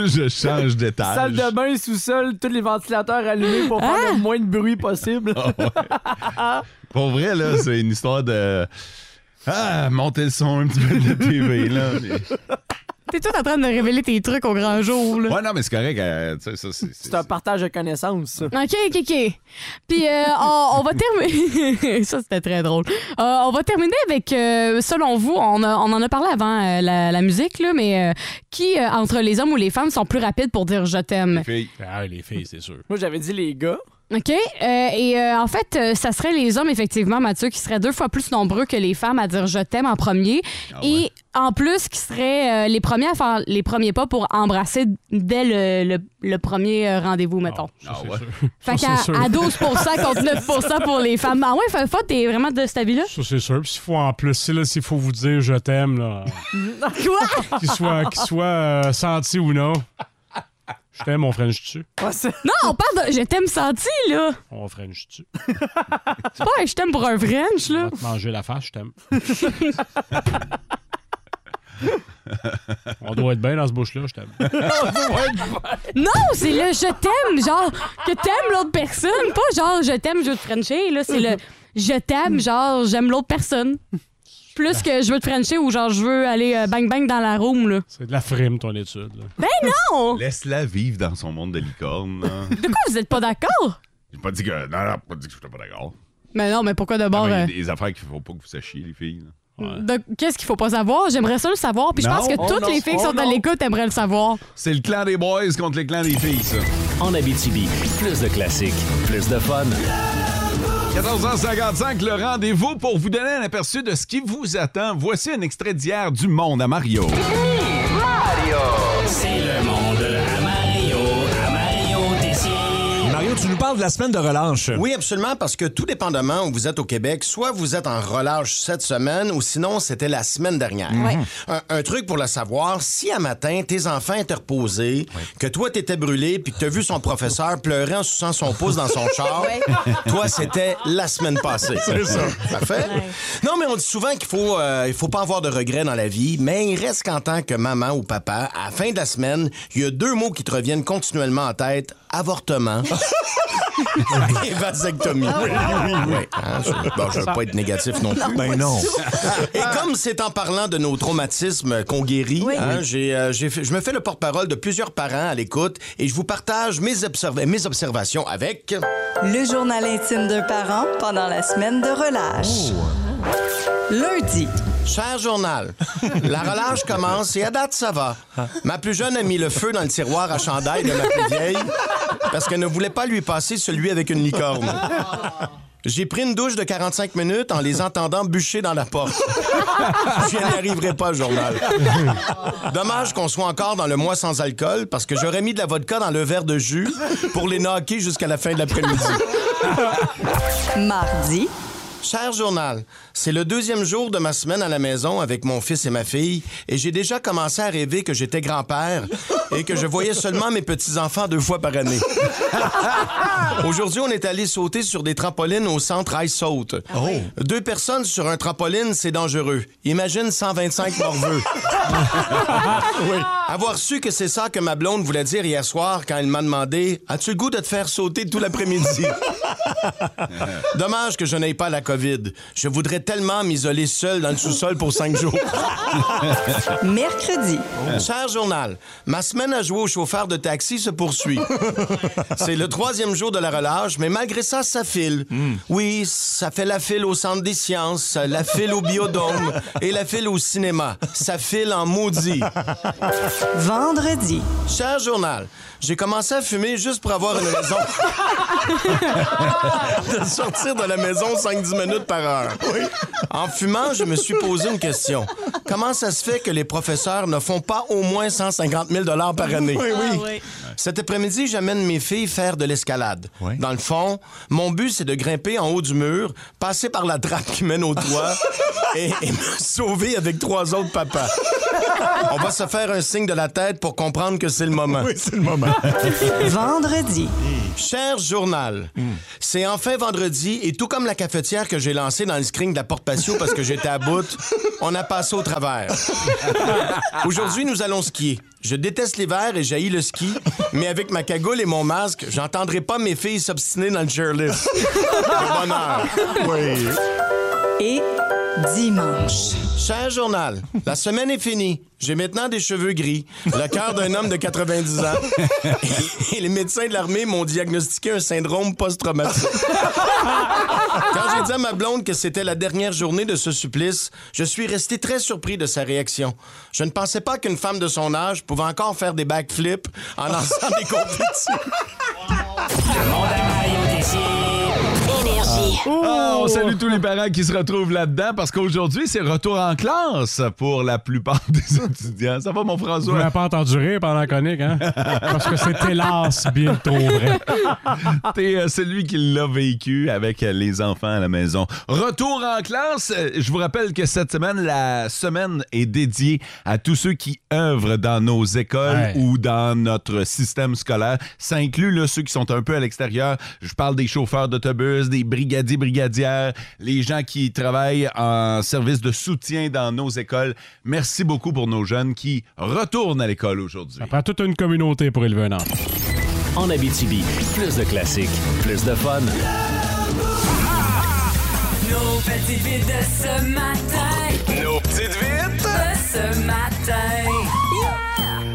S3: je change d'étage.
S6: Salle de bain, sous-sol, tous les ventilateurs allumés pour faire
S4: Ah!
S6: le moins de bruit possible.
S3: Ah, Pour vrai, là, c'est une histoire de. Ah, monter le son un petit peu de la TV, là. Mais-
S4: T'es tout en train de révéler tes trucs au grand jour, là.
S3: Ouais, non, mais c'est correct. euh, tu sais, ça, c'est.
S6: C'est un partage de connaissances. ça.
S4: OK, OK, OK. Puis euh, on, on va terminer. [laughs] ça, c'était très drôle. Euh, on va terminer avec, euh, selon vous, on, a- on en a parlé avant euh, la, la musique, là, mais euh, qui, euh, entre les hommes ou les femmes, sont plus rapides pour dire je t'aime?
S3: Fille.
S5: Ah, les filles, c'est sûr.
S6: Moi, j'avais dit les gars.
S4: OK? Euh, et euh, en fait, euh, ça serait les hommes, effectivement, Mathieu, qui seraient deux fois plus nombreux que les femmes à dire je t'aime en premier. Et en plus, qui seraient euh, les premiers à faire les premiers pas pour embrasser dès le, le- le premier euh, rendez-vous, mettons.
S5: Ça, c'est
S3: ouais.
S5: sûr.
S4: [laughs] Fait
S5: Ça,
S4: qu'à
S5: c'est sûr.
S4: à 12 contre 9 pour les femmes. Ah ouais, fait fort, t'es vraiment de cet avis-là?
S5: Ça, c'est sûr. Puis s'il faut en plus, si, là, s'il faut vous dire je t'aime, là,
S4: Quoi?
S5: qu'il soit, qu'il soit euh, senti ou non, je t'aime, on french dessus.
S6: Ouais, c'est-
S4: Non, on parle de je t'aime senti, là.
S5: On french dessus.
S4: C'est pas un je t'aime pour un French,
S5: On
S4: là.
S5: va te manger la face, je t'aime. on doit être bien dans ce bouche-là, je t'aime.
S4: Non, c'est le je t'aime, genre, que t'aimes l'autre personne. Pas genre je t'aime, je veux te Frencher, là. C'est le je t'aime, genre, j'aime l'autre personne. Plus que je veux te Frencher ou genre je veux aller euh, bang bang dans la room, là. Ben
S5: C'est de la frime, ton étude. là.
S6: Oh.
S4: Non!
S3: Laisse-la vivre dans son monde de licorne, là.
S4: De quoi vous êtes pas d'accord?
S3: J'ai pas dit que. Non, non, pas dit que je suis pas d'accord.
S4: Mais non, mais pourquoi
S6: Ah,
S4: d'abord.
S3: Il
S6: ben,
S3: y
S4: euh,
S3: a des affaires qu'il faut pas que vous sachiez, les filles. là.
S4: de- Qu'est-ce qu'il faut pas savoir? J'aimerais ça le savoir. Puis je
S3: Non,
S4: pense que
S3: oh
S4: toutes
S6: non,
S4: les filles qui
S6: oh
S4: sont à
S6: non.
S4: l'écoute aimeraient le savoir.
S3: C'est le clan des boys contre le clan des filles, ça.
S2: En Abitibi, plus de classiques, plus de fun.
S3: 14h55, le rendez-vous pour vous donner un aperçu de ce qui vous attend. Voici un extrait d'hier du Monde à Mario.
S2: C'est le monde à Mario, à Mario Tessier.
S10: Mario, tu nous parles de la semaine de relâche.
S11: Oui, absolument, parce que tout dépendamment où vous êtes au Québec, soit vous êtes en relâche cette semaine ou sinon c'était la semaine dernière. Un, un truc pour le savoir, si à matin tes enfants étaient reposés, que toi t'étais brûlé puis que t'as vu son professeur pleurer en suçant son pouce dans son char, toi c'était la semaine passée. C'est ça. Parfait. Non, mais on dit souvent qu'il faut, euh, il faut pas avoir de regrets dans la vie, mais il reste qu'en tant que maman ou papa, à la fin de la semaine, il y a deux mots qui te reviennent continuellement en tête avortement et vasectomie. Oui, oui, oui. Hein, je- bon, je veux pas être négatif non plus.
S10: Ben non.
S11: [laughs] Et comme c'est en parlant de nos traumatismes qu'on guérit, hein, j'ai, euh, j'ai fait- je me fais le porte-parole de plusieurs parents à l'écoute et je vous partage mes, observa- mes observations avec...
S12: Le journal intime d'un parent pendant la semaine de relâche. Lundi,
S11: Cher journal, la relâche commence et à date, ça va. Ma plus jeune a mis le feu dans le tiroir à chandail de ma plus
S7: [laughs]
S11: vieille parce qu'elle ne voulait pas lui passer celui avec une licorne. J'ai pris une douche de 45 minutes en les entendant bûcher dans la porte. Je n'y arriverai pas, journal. Dommage qu'on soit encore dans le mois sans alcool parce que j'aurais mis de la vodka dans le verre de jus pour les knocker jusqu'à la fin de l'après-midi.
S9: Oh.
S12: mardi,
S11: Cher journal, c'est le deuxième jour de ma semaine à la maison avec mon fils et ma fille, et j'ai déjà commencé à rêver que j'étais grand-père et que je voyais seulement mes petits-enfants deux fois par année. Aujourd'hui, on est allé sauter sur des trampolines au centre Ice Saute. Deux personnes sur un trampoline, c'est dangereux. Imagine 125 morveux. Oui. Avoir su que c'est ça que ma blonde voulait dire hier soir quand elle m'a demandé As-tu le goût de te faire sauter tout l'après-midi Dommage que je n'aie pas la COVID. Je voudrais tellement m'isoler seul dans le sous-sol pour cinq jours.
S12: [laughs] mercredi,
S11: Cher journal, ma semaine à jouer au chauffeur de taxi se poursuit. C'est le troisième jour de la relâche, mais malgré ça, ça file. Oui, ça fait la file au Centre des sciences, la file au biodôme et la file au cinéma. Ça file en maudit.
S12: vendredi,
S11: Cher journal, j'ai commencé à fumer juste pour avoir une raison de sortir de la maison 5-10 minutes par heure. En fumant, je me suis posé une question. Comment ça se fait que les professeurs ne font pas au moins 150 000 par année?
S7: Ah
S11: Cet après-midi, j'amène mes filles faire de l'escalade. Dans le fond, mon but, c'est de grimper en haut du mur, passer par la trappe qui mène au toit et, et me sauver avec trois autres papas. On va se faire un signe de la tête pour comprendre que c'est le moment.
S10: Oui, c'est le moment.
S7: [laughs]
S12: vendredi.
S11: Cher journal, c'est enfin vendredi et tout comme la cafetière que j'ai lancée dans le screen de la porte patio parce que j'étais à bout, on a passé au travers. [laughs] Aujourd'hui, nous allons skier. Je déteste l'hiver et j'haïs le ski, mais avec ma cagoule et mon masque, j'entendrai pas mes filles s'obstiner dans le chairlift. Le bonheur. Oui.
S12: Et dimanche.
S11: Cher journal, la semaine est finie. J'ai maintenant des cheveux gris, le cœur d'un homme de 90 ans. [laughs] Et les médecins de l'armée m'ont diagnostiqué un syndrome post-traumatique. Quand j'ai dit à ma blonde que c'était la dernière journée de ce supplice, je suis resté très surpris de sa réaction. Je ne pensais pas qu'une femme de son âge pouvait encore faire des backflips [laughs] en lançant des compétitions.
S1: Énergie.
S3: Ah, on salue tous les parents qui se retrouvent là-dedans parce qu'aujourd'hui, c'est retour en classe pour la plupart [laughs] des étudiants. Ça va, mon
S5: Vous
S3: François?
S5: n'avez pas entendu rire pendant la chronique, hein? Parce que c'est hélas bientôt [laughs] vrai.
S3: T'es euh, celui qui l'a vécu avec euh, les enfants à la maison. Retour en classe. Euh, Je vous rappelle que cette semaine, la semaine est dédiée à tous ceux qui œuvrent dans nos écoles
S10: Ouais.
S3: ou dans notre système scolaire. Ça inclut là, ceux qui sont un peu à l'extérieur. Je parle des chauffeurs d'autobus, des brigadiers, brigadières, les gens qui travaillent en service de soutien dans nos écoles. Merci beaucoup pour nos jeunes qui retournent à l'école aujourd'hui.
S5: Ça prend toute une communauté pour élever un enfant.
S2: En Abitibi, plus de classiques, plus de fun.
S7: Nos petites vites de ce matin. Nos petites vites de ce matin.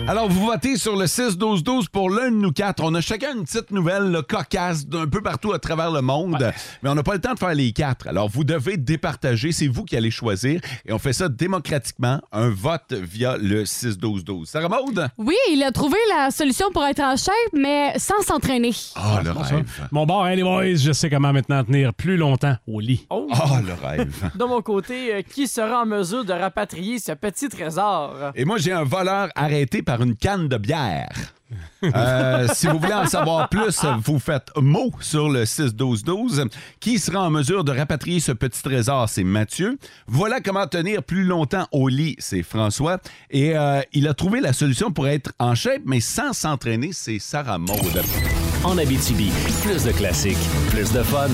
S3: Alors, vous votez sur le 6-12-12 pour l'un de nous quatre. On a chacun une petite nouvelle là, cocasse d'un peu partout à travers le monde, mais on n'a pas le temps de faire les quatre. Alors, vous devez départager. C'est vous qui allez choisir. Et on fait ça démocratiquement, un vote via le 6-12-12. Sarah Maud?
S4: Oui, il a trouvé la solution pour être en shape, mais sans s'entraîner.
S3: Ah, le
S5: Bon, ça.
S3: rêve.
S5: Mon bord, hein, les boys, je sais comment maintenant tenir plus longtemps au lit.
S6: Oh,
S3: Ah, le rêve.
S6: De mon côté, euh, qui sera en mesure de rapatrier ce petit trésor?
S3: Et moi, j'ai un voleur arrêté par une canne de bière. Euh, si vous voulez en savoir plus, vous faites mot sur le 6-12-12. Qui sera en mesure de rapatrier ce petit trésor? C'est Mathieu. Voilà comment tenir plus longtemps au lit, c'est François. Et euh, il a trouvé la solution pour être en shape, mais sans s'entraîner, c'est Sarah Maud.
S2: En Abitibi, plus de classiques, plus de fun.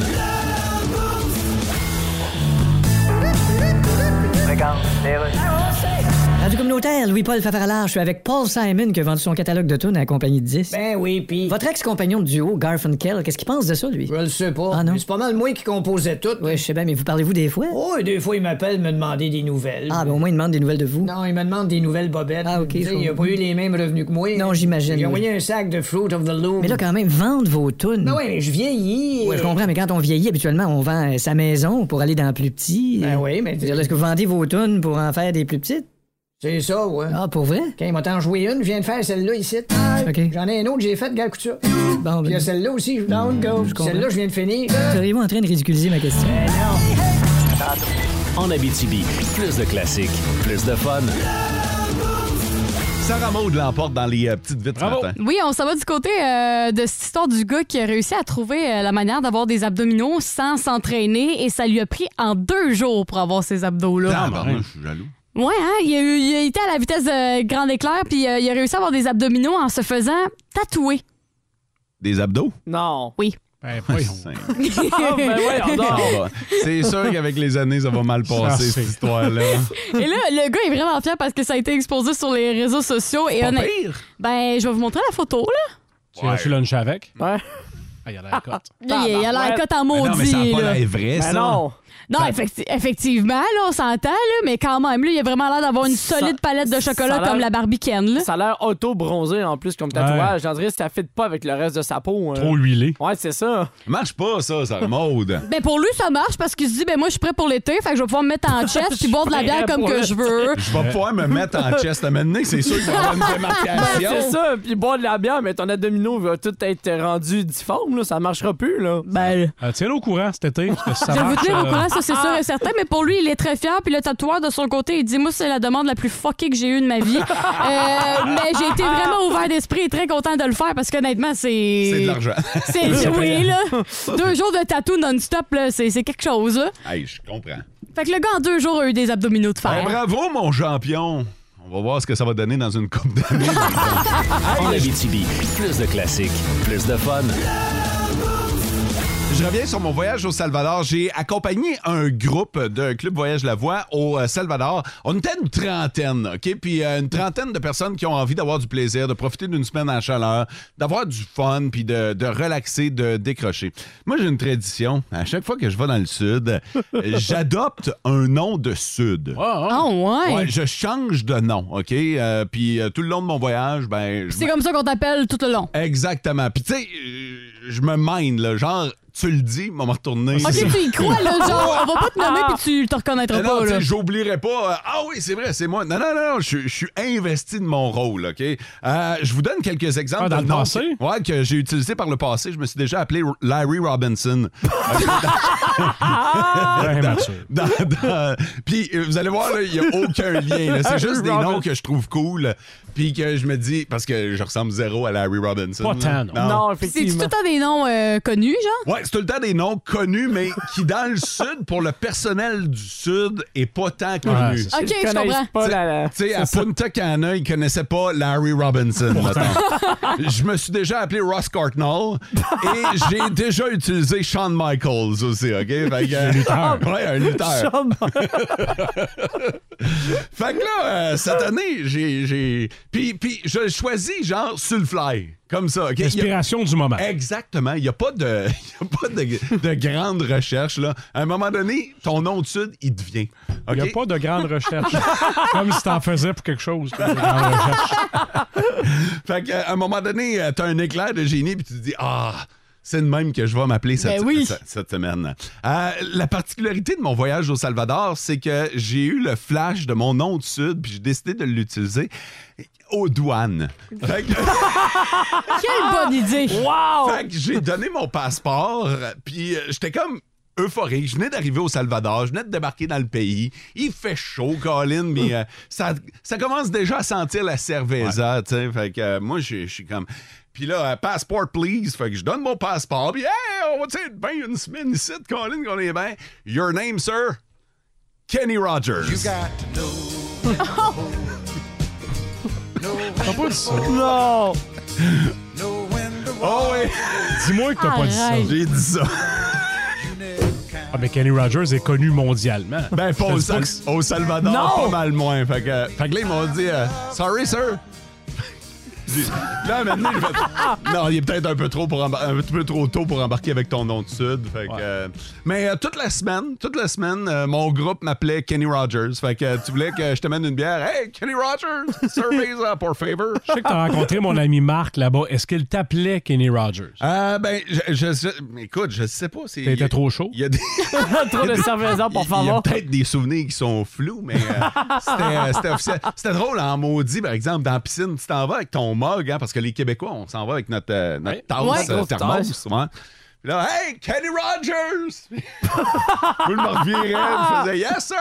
S9: Radio communautaire, Louis-Paul Favaralard, je suis avec Paul Simon qui a vendu son catalogue de tunes à la compagnie de 10. Ben oui, puis... Votre ex-compagnon de duo, Garfunkel, qu'est-ce qu'il pense de ça, lui? Je le sais pas. Ah non? C'est pas mal moi qui composais tout. Oui, je sais bien, mais vous parlez-vous des fois?
S13: Oh, et des fois, il m'appelle me demander des nouvelles.
S9: Ah, ben au moins, il demande des nouvelles de vous.
S13: Non, il me demande des nouvelles bobettes. Ah,
S9: ok, je
S13: Il a
S9: comprends.
S13: pas eu les mêmes revenus que moi.
S9: Non, j'imagine,
S13: Il a
S9: oui.
S13: envoyé un sac de Fruit of the Loom.
S9: Mais là, quand même, vendre vos tunes.
S13: Ben ouais, mais je vieillis.
S9: Ouais, je comprends, mais quand on vieillit, habituellement, on vend euh, sa maison pour aller dans le plus petit. Ben
S13: oui, mais-
S9: Est-ce que vous vendez vos tunes pour en faire des plus petites?
S13: C'est ça, ouais.
S9: Ah, pour vrai?
S13: Quand il m'a t'en joué une, je viens de faire celle-là ici. J'en ai une autre que j'ai faite, regarde, écoute ça.
S9: Bon, ben. Hmm,
S13: Puis il y a celle-là aussi, je down go.
S9: comprends.
S13: Celle-là, je viens de finir.
S9: Seriez-vous en train de ridiculiser ma question?
S2: En Abitibi, plus de classiques, plus de fun.
S3: Sarah Maud l'emporte dans les euh, petites vitres ce matin.
S4: Oui, on s'en va du côté euh, de cette histoire du gars qui a réussi à trouver euh, la manière d'avoir des abdominaux sans s'entraîner et ça lui a pris en deux jours pour avoir ces abdos-là.
S3: Tabarnouche, je suis jaloux.
S4: Ouais, hein, il, a eu- il a été à la vitesse de grand éclair puis euh, il a réussi à avoir des abdominaux en se faisant tatouer. [laughs]
S3: Des abdos?
S6: Non.
S4: Oui.
S6: Ah, ben ouais,
S3: Ah,
S6: on
S3: bah, [laughs] C'est sûr qu'avec les années, ça va mal passer,
S5: c'est-
S3: cette histoire-là.
S4: Et là, le gars est vraiment fier parce que ça a été exposé sur les réseaux sociaux et
S5: pas
S4: honnête-
S5: pire.
S4: Ben, je vais vous montrer la photo là.
S5: Tu as-tu lunch avec?
S6: Ouais.
S5: Ah, il y a la cote.
S4: Là, Il, il a l'air
S5: ouais.
S4: cote en
S5: Mais non,
S4: maudit.
S5: mais ça a pas
S4: là.
S5: l'air vrai, Mais ça. Ben, non.
S4: Non, effecti- effectivement, là, on s'entend, là, mais quand même, là, il a vraiment l'air d'avoir une
S6: Ça-
S4: solide palette de
S6: ça a
S4: chocolat
S6: l'air-
S4: comme la barbicaine. Là.
S6: Ça a l'air auto-bronzé en plus comme tatouage. J'en dirais que ça fit pas avec le reste de sa peau. hein.
S3: Trop
S5: huilé.
S6: Ouais, c'est ça.
S3: Marche pas, ça, Sarah Maud.
S4: Ben pour lui, ça marche parce qu'il se dit, ben moi, je suis prêt pour l'été, fait que je vais pouvoir me
S6: [laughs]
S4: mettre en chest puis boire de la bière comme que je veux.
S3: Je vais pouvoir me mettre en chest à mener, c'est sûr qu'il va y avoir
S6: [laughs]
S3: une démarcation.
S6: Ben, c'est ça, puis boire de la bière, mais ton abdominaux va tout être rendu difforme, là, ça marchera plus. Là.
S4: Ben,
S5: Euh, Tiens-le au courant cet été. Parce que si
S4: Je
S5: ça
S4: vais vous
S5: marche,
S4: tenir au
S5: euh,
S4: courant, ça c'est sûr et certain, mais pour lui, il est très fier. Puis le tatoueur de son côté, il dit Moi, c'est la demande la plus fuckée que j'ai eue de ma
S3: [laughs]
S4: vie. Euh, mais j'ai été vraiment ouvert d'esprit et très content de le faire parce qu'honnêtement, c'est.
S3: C'est de l'argent.
S4: [laughs]
S3: [laughs]
S4: C'est oui, là. Deux jours de tatou non-stop, là, c'est c'est quelque chose. là.
S3: Hey, je comprends.
S4: Fait que le gars, en deux jours, a eu des abdominaux de
S3: Ben,
S4: fer.
S3: bravo, mon champion. On va voir ce que ça va donner dans une coupe d'années.
S2: [laughs] En Abitibi, plus de classiques, plus de fun.
S3: Je reviens sur mon voyage au Salvador. J'ai accompagné un groupe de Club Voyage La Voix au euh, Salvador. On était une trentaine, OK? Puis euh, une trentaine de personnes qui ont envie d'avoir du plaisir, de profiter d'une semaine en chaleur, d'avoir du fun, puis de, de relaxer, de décrocher. Moi, j'ai une tradition. À chaque fois que je vais dans le Sud, [laughs] euh, j'adopte un nom de Sud.
S4: Ah ouais?
S3: Ouais, je change de nom, OK? Euh, puis euh, tout le long de mon voyage, ben... je
S4: C'est comme ça qu'on t'appelle tout le long.
S3: Exactement. Puis tu sais, euh, je me mine, là, genre, tu le dis, mais on va retourner.
S4: Ok, tu y crois, là, genre, on va pas te nommer puis tu te reconnaîtras
S3: Non,
S4: pas,
S3: tu sais,
S4: là.
S3: j'oublierai pas. euh, ah oui, c'est vrai, c'est moi. Non, non, non, non, je, je suis investi de mon rôle, OK? Euh, je vous donne quelques exemples.
S5: Ah, dans
S3: de
S5: le
S3: noms
S5: passé?
S3: que- ouais, que j'ai utilisé par le passé. Je me suis déjà appelé R-
S5: [laughs]
S3: Larry Robinson. [laughs]
S5: Ah!
S3: Dans- dans- dans- Puis euh, vous allez voir, là, il n'y a aucun lien. là. C'est juste des noms que je trouve cool. Puis que je me dis, parce que je ressemble zéro à Larry Robinson.
S5: Pas
S3: là.
S5: tant, non.
S4: C'est-tu tout le temps des noms euh, connus, genre?
S3: Ouais, c'est tout le temps des noms connus, mais qui, dans le Sud, pour le personnel du Sud, est pas tant
S5: Ouais,
S3: connu.
S5: c'est ça.
S4: Ok, Ils je connaissent comprends. pas la- la-
S3: Tu sais, à
S4: c'est ça.
S3: Punta Cana, ils connaissaient pas Larry Robinson. mettons. je me suis déjà appelé Ross Cartnell et j'ai déjà utilisé Shawn Michaels aussi, OK? Fait que,
S5: Un lutteur.
S3: Ouais, un lutteur.
S5: Shawn
S3: Fait que là, euh, cette année, j'ai. j'ai- Puis, puis je choisis genre sur le fly. Comme ça. ok?
S5: L'inspiration du moment.
S3: Exactement. Il n'y a pas de, [laughs] il y a pas de, de grande recherche. Là. À un moment donné, ton nom de sud, il devient.
S5: Il n'y a pas de grande
S3: [laughs]
S5: recherche. [laughs] Comme si t'en faisais pour quelque chose. Ah, t'as des grandes recherches.
S3: Fait qu'à un moment donné, euh, t'as un éclair de génie puis tu te dis Ah, c'est de même que je vais m'appeler cette,
S4: Ben oui.
S3: se- cette semaine. Euh, la particularité de mon voyage au Salvador, c'est que j'ai eu le flash de mon nom de sud puis j'ai décidé de l'utiliser aux douanes. Fait que-
S4: [laughs]
S5: Ah,
S4: Quelle bonne idée! Wow! [laughs]
S3: Fait que j'ai donné mon passeport, puis euh, j'étais comme euphorique. Je venais d'arriver au Salvador, je venais de débarquer dans le pays. Il fait chaud, Colin, mais euh, ça, ça commence déjà à sentir la cerveza, tu sais. Fait que euh, moi, je je suis comme... Puis là, euh, passport, please. Fait que je donne mon passeport, puis hey, on va être bien une semaine ici, Colin, qu'on est bien. Your name, sir? Kenny Rogers.
S5: T'as pas dit ça?
S3: Non! Oh oui!
S5: Dis-moi que t'as pas dit ça.
S4: Arrête.
S3: J'ai
S4: [laughs]
S3: dit ça.
S5: Ah, mais Kenny Rogers est connu mondialement.
S3: [laughs] Ben, pas
S5: Je
S3: au,
S5: te dis
S3: Sal-
S5: que c'est-
S3: au Salvador,
S5: Non!
S3: pas mal moins. Fait que, fait que là, ils m'ont dit euh, Sorry, sir. J'ai- là, maintenant, j'ai
S5: [laughs]
S3: fait, Non, il est peut-être un, peu trop pour embar- un peu trop tôt pour embarquer avec ton nom de Sud. Fait que, euh, mais euh, toute la semaine, toute la semaine, euh, mon groupe m'appelait Kenny Rogers. Fait que euh, tu voulais que je te mène une bière. Hey, Kenny Rogers, service, euh, pour favor.
S5: Je sais que t'as rencontré mon ami Marc là-bas. Est-ce qu'il t'appelait Kenny Rogers?
S3: [laughs] Euh, ben, je, je sais- écoute, je sais pas. c'est-
S5: T'étais trop
S3: [laughs]
S5: chaud?
S3: Il y a des.
S6: Trop de cerveza, pour
S3: Il y a
S6: favor.
S3: peut-être des souvenirs qui sont flous, mais euh, c'était, euh, c'était officiel. C'était drôle en maudit, par exemple, dans la piscine, tu t'en vas avec ton mug, hein, parce que les Québécois, on s'en va avec notre, euh, notre tasse,
S4: Ouais.
S3: euh,
S4: Grosse
S3: thermos.
S4: tasse.
S3: ouais. Puis là, hey, Kenny Rogers! [laughs] Moi, je me revirais, je faisais Yes, sir!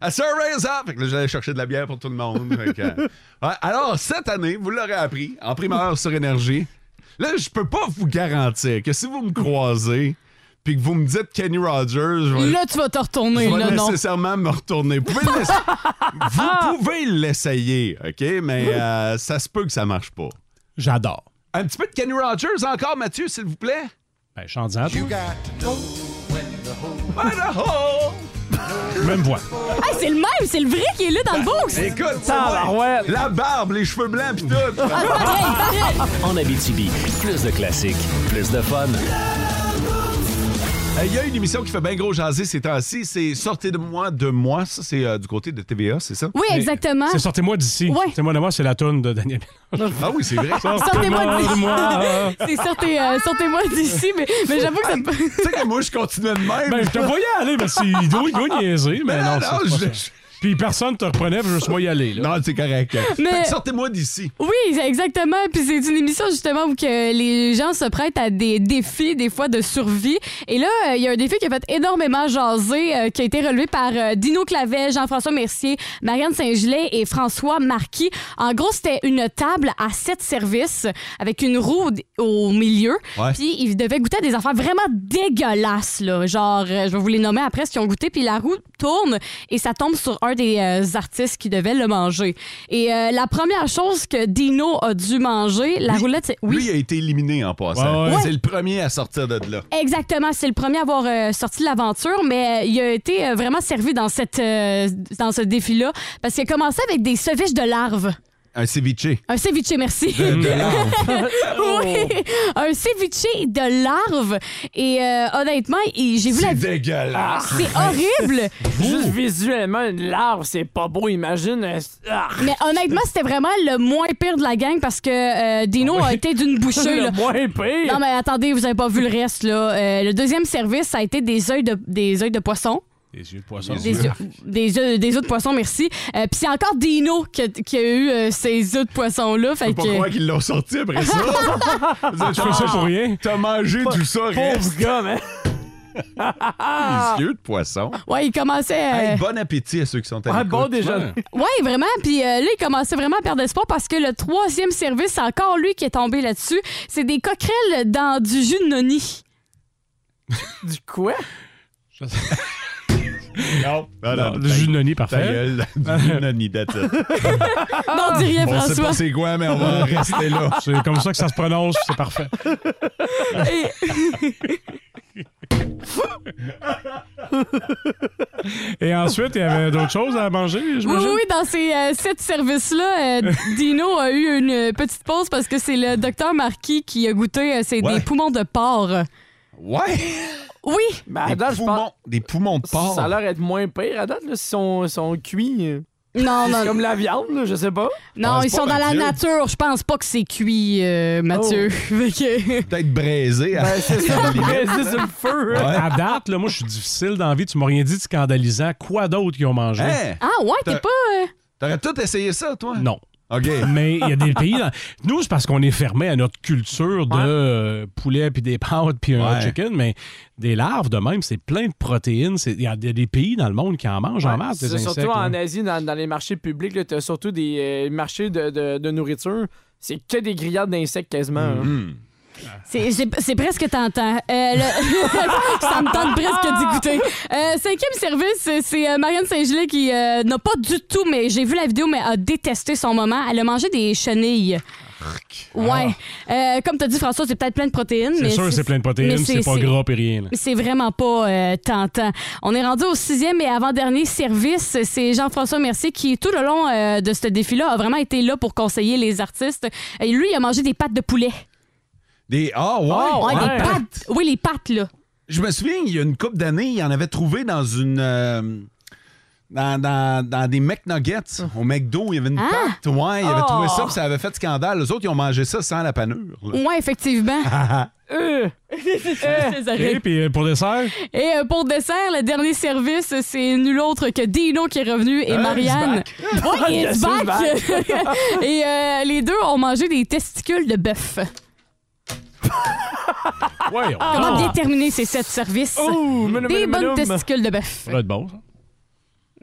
S3: A sir raise up! hein? Fait que là, j'allais chercher de la bière pour tout le monde. Fait que, euh, ouais. Alors, cette année, vous l'aurez appris, en primeur sur Énergie, là, je peux pas vous garantir que si vous me croisez, puis que vous me dites Kenny Rogers, je vais-
S4: Là, tu vas te retourner,
S3: je
S4: là,
S3: vais
S4: non? Ah!
S3: nécessairement me retourner. Vous pouvez, l'essa- Vous pouvez l'essayer, OK? Mais
S4: [laughs]
S3: euh, ça se peut que ça marche pas.
S5: J'adore.
S3: Un petit peu de Kenny Rogers encore, Mathieu, s'il vous plaît?
S5: Ben, je t'en dis à toi.
S3: Même voix.
S4: Hey, c'est le même, c'est le vrai qui est là dans le box!
S3: Écoute, ça, ouais. la barbe, les cheveux
S5: [laughs]
S3: blancs, pis tout.
S2: En Abitibi, plus de classiques, plus de fun.
S3: Euh, Il y a une émission qui fait bien gros jaser ces temps-ci, c'est Sortez de moi, de moi. Ça, c'est euh, du côté de TVA, c'est ça?
S4: Oui, exactement.
S5: C'est Sortez-moi d'ici.
S4: Ouais.
S5: Sortez-moi de moi, c'est la toune de Daniel
S3: Ah oui, c'est vrai.
S4: Sortez-moi
S5: de moi.
S4: d'ici! [laughs] [laughs] C'est sortez, euh, sortez-moi d'ici, mais, mais j'avoue que ça peut.
S3: Tu sais que moi, je continuais de même.
S5: Ben, je te voyais aller, mais
S3: [laughs]
S5: c'est il doit, il doit niaiser, mais
S3: non,
S5: non, ça, c'est
S3: non,
S5: pas
S3: je-
S5: ça. Puis personne te reprenait, puis juste moi y aller.
S3: Non, c'est correct.
S4: [laughs] Mais-
S3: Fait que Sortez-moi d'ici.
S4: Oui, exactement. Puis c'est une émission justement où que les gens se prêtent à des défis, des fois de survie. Et là, euh, il y a un défi qui a fait énormément jaser, euh, qui a été relevé par euh, Dino Clavet, Jean-François Mercier, Marianne Saint-Gelais et François Marquis. En gros, c'était une table à sept services avec une roue d- au milieu.
S7: Ouais.
S4: Puis ils devaient goûter à des affaires vraiment dégueulasses, là. Genre, euh, je vais vous les nommer après, ce qu'ils ont goûté. Puis la roue tourne et ça tombe sur un un des euh, artistes qui devait le manger. Et euh, la première chose que Dino a dû manger, la roulette, c'est... Oui,
S3: Lui a été éliminé en passant.
S4: Ouais, ouais.
S3: C'est le premier à sortir de là.
S4: Exactement, c'est le premier à avoir euh, sorti de l'aventure, mais euh, il a été euh, vraiment servi dans, cette, euh, dans ce défi-là parce qu'il a commencé avec des ceviches de larves.
S3: Un ceviche.
S4: Un ceviche, merci.
S3: De-
S4: [laughs]
S3: de larves.
S4: oui, un ceviche de larves. Et euh, honnêtement, il- j'ai vu la...
S6: C'est dégueulasse.
S4: C'est horrible.
S6: Juste visuellement, une larve, c'est pas beau, imagine. euh, ah.
S4: Mais oh, honnêtement, c'était vraiment le moins pire de la gang parce que euh, Dino a été d'une bouchée.
S6: Le
S4: là.
S6: moins pire.
S4: Non, mais attendez, vous avez pas vu le reste. Là. Euh, le deuxième service, ça a été des œils de, des œils de poisson.
S5: Des yeux de poisson.
S4: Des, œufs- des, œufs- des œufs de poisson, merci. Euh, Puis c'est encore Dino qui a, qui a eu euh, ces œufs de poisson-là. Fait
S3: Je peux pas
S4: que-
S3: croire qu'ils l'ont sorti après
S4: [laughs]
S3: ça.
S5: Tu fais ça pour rien.
S3: T'as mangé tout ça, reste.
S6: Pauvre gars, man.
S3: Les yeux de poisson.
S4: Ouais, il commençait. euh,
S3: Hey, bon appétit à ceux qui sont à
S6: Ouais,
S3: l'écoute.
S6: bon déjeuner.
S4: Oui, vraiment. Puis euh, là, il commençait vraiment à perdre espoir parce que le troisième service, c'est encore lui qui est tombé là-dessus. C'est des coquerelles dans du jus de noni.
S6: Du quoi?
S3: Non.
S5: Non, du jus de noni, parfait.
S3: Ta gueule, du jus de noni,
S4: [laughs]
S3: that's it.
S4: Non, dis rien,
S3: On sait
S4: François.
S3: pas c'est quoi, mais on
S4: [laughs]
S3: va rester là.
S5: [laughs] C'est comme ça que ça se prononce, c'est parfait. Et ensuite, il y avait d'autres choses à manger,
S4: Oui, oui,
S5: j'imagine?
S4: oui, dans ces euh, sept services-là,
S3: [laughs]
S4: euh, Dino a eu une euh, petite pause parce que c'est le docteur Marquis qui a goûté euh, c'est
S3: Ouais.
S4: des poumons de porc.
S3: Ouais!
S4: Oui!
S6: Ben,
S3: Des, poumons, des poumons de porc.
S6: Ça a l'air d'être moins pire à date, là, si sont, sont cuits.
S4: Non, non.
S6: C'est comme la viande, là, je sais pas.
S3: Ah,
S4: Non, ils sont dans la nature. Je pense pas que c'est cuit, euh, Mathieu.
S3: Oh.
S4: [laughs]
S3: Peut-être braisé. hein.
S4: Ben,
S5: Ben,
S3: à- [laughs] à la limite. hein.
S6: feu.
S5: À date, là, moi, je suis difficile dans la vie. Tu m'as rien dit de scandalisant. Quoi d'autre qu'ils ont mangé?
S3: Hein?
S4: Ah ouais,
S3: T'as-
S4: t'es pas... euh,
S3: T'aurais tout essayé ça, toi?
S5: Non.
S3: OK.
S5: [laughs] Mais il y a des pays. dans- Nous, c'est parce qu'on est fermé à notre culture de
S3: Ouais.
S5: euh, poulet, puis des pâtes, puis un hot
S3: Ouais.
S5: chicken. Mais des larves, de même, c'est plein de protéines. C'est- Il y a des des pays dans le monde qui en mangent en masse,
S6: C'est
S5: des insectes. hein.
S6: surtout
S5: là.
S6: en Asie, dans, dans les marchés publics, là, t'as surtout des euh, marchés de, de- de nourriture. C'est que des grillades d'insectes quasiment. hein.
S3: Mm-hmm.
S5: Mhm.
S4: C'est c'est- c'est presque tentant. Euh, le- [laughs] ça me tente presque d'écouter. Euh, cinquième service, c'est- c'est euh, Marianne Saint-Gelais qui euh, n'a pas du tout, mais j'ai vu la vidéo, mais a détesté son moment. Elle a mangé des chenilles.
S5: Ah.
S4: Ouais. Euh, comme t'as dit, François, c'est peut-être plein de protéines.
S5: C'est
S4: mais
S5: sûr, c'est plein de
S4: mais
S5: protéines, c'est pas gras et rien. là.
S4: mais C'est vraiment pas euh, tentant. On est rendu au sixième et avant-dernier service. C'est Jean-François Mercier qui, tout le long euh, de ce défi-là, a vraiment été là pour conseiller les artistes. Et lui, il a mangé des pattes de poulet.
S3: Des... Ah, ouais!
S4: Ouais,
S3: ouais.
S4: des pattes. Oui, les pattes, là.
S3: Je me souviens, il y a une couple d'années, il en avait trouvé dans une. euh, dans, dans- dans des McNuggets. Au McDo, il y avait une
S4: Ah!
S3: pâte. Ouais, il avait
S4: Oh!
S3: trouvé ça, puis ça avait fait scandale. Les autres, ils ont mangé ça sans la panure. là. [laughs]
S4: Ouais, effectivement.
S5: Ah.
S6: Euh.
S4: Ses oreilles.
S5: Et puis euh, pour dessert,
S4: Et euh, pour dessert, le dernier service, c'est nul autre que Dino qui est revenu et
S5: Ah,
S4: Marianne.
S5: he's back.
S4: Ouais, [laughs] he's
S5: Yes, he's
S4: back.
S5: back.
S4: [laughs] et euh, les deux ont mangé des testicules de bœuf.
S5: voyons.
S4: Ah. Comment
S5: donc.
S4: déterminer ces sept services?
S5: Ouh, madame,
S4: des
S5: madame,
S4: bonnes
S5: madame.
S4: testicules de bœuf.
S5: Ça doit être bon, ça.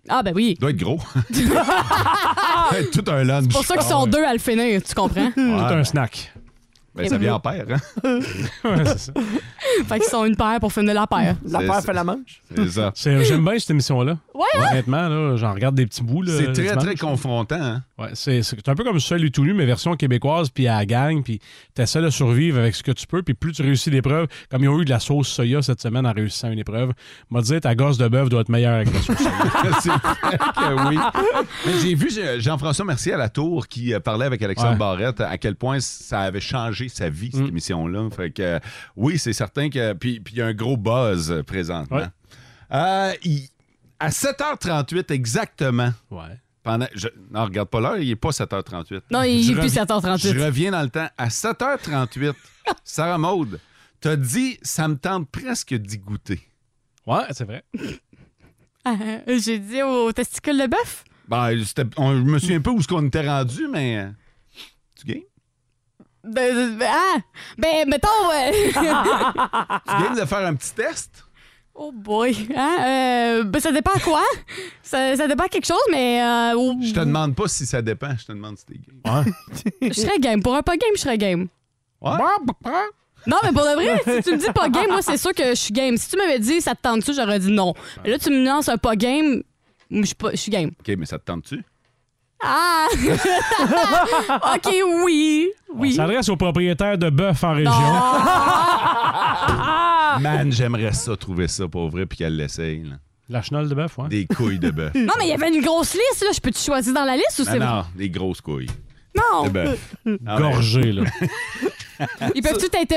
S4: Ah, ben oui.
S3: Doit être gros.
S5: [laughs]
S3: Doit être Tout un lunch.
S4: C'est pour ça
S5: Ah,
S4: qu'ils sont deux à le finir, tu comprends?
S5: Tout un snack.
S3: Ben, ça vient en paire, hein?
S5: [laughs]
S3: [laughs]
S5: Ouais, c'est ça.
S4: fait qu'ils sont une paire pour finir la paire.
S6: La
S3: C'est-
S6: paire fait la manche.
S3: C'est ça.
S5: [laughs] C'est- J'aime bien cette émission-là.
S4: Ouais, hein?
S5: Honnêtement, là, j'en regarde des petits bouts. là,
S3: C'est
S5: le
S3: très,
S5: dimanche.
S3: très confrontant. hein?
S5: Ouais, c'est, c'est un peu comme seul et tout nu, mais version québécoise, puis à la gang, puis t'essaies de survivre avec ce que tu peux, puis plus tu réussis l'épreuve, comme ils ont eu de la sauce soya cette semaine en réussissant une épreuve, m'a dit ta gosse de bœuf doit être meilleure avec la sauce soya.
S3: C'est clair
S5: Euh,
S3: que oui. [laughs] Mais j'ai vu euh, Jean-François Mercier à la tour qui euh, parlait avec Alexandre
S5: Ouais. Mm.
S3: Barrette à quel point ça avait changé sa vie, cette émission-là. Fait que euh, oui, c'est certain que. Puis puis il y a un gros buzz euh, présentement.
S5: Ouais.
S3: Euh, il- à 7h38 exactement.
S5: Ouais.
S3: Pendant, je- non, regarde pas l'heure, il n'est pas 7h38.
S4: Non, il
S3: Je
S4: est plus
S3: reviens-
S4: 7h38.
S3: Je reviens dans le temps.
S4: [laughs]
S3: À 7h38, Sarah Maude, t'as dit, ça me tente presque d'y goûter.
S5: Ouais, c'est vrai.
S4: Ah, euh, J'ai dit aux testicules de bœuf.
S3: Ben, c'était- on- je me souviens pas où ce qu'on était rendu,
S4: [laughs]
S3: mais. euh, Tu game?
S4: Ben, ben, ben, ah! Ben, mettons. euh, [laughs]
S3: Tu game de faire un petit [laughs] test?
S4: oh boy. Hein? Euh, ben, ça dépend à quoi? ça, ça dépend à quelque chose, mais. euh, oh,
S3: Je te demande pas si ça dépend, je te demande si t'es game.
S4: je serais game. Pour un pas game, je serais game.
S3: Ouais.
S4: Non, mais pour de vrai, si tu me dis pas game, moi, c'est sûr que je suis game. Si tu m'avais dit ça te tente-tu, j'aurais dit non. Mais là, tu me lances un pas game. Je suis pas- je suis game.
S3: [laughs] OK, mais ça te
S4: [laughs]
S3: tente-tu?
S4: Ah! [laughs] OK, oui.
S5: On
S4: Oui.
S5: s'adresse aux propriétaires de bœufs en région.
S3: Ah.
S4: Ah.
S3: Man, j'aimerais ça trouver ça pour vrai puis qu'elle l'essaye. là.
S5: La chenole de bœuf, ouais.
S3: Des couilles
S4: [laughs]
S3: de bœuf.
S4: Non, mais il y avait une grosse liste, là. Je peux-tu choisir dans la liste ou
S3: Non,
S4: c'est
S3: non, des grosses couilles.
S4: Non! [laughs]
S3: De bœuf. Ah ouais.
S5: Gorgé, là.
S4: Ils peuvent tout être.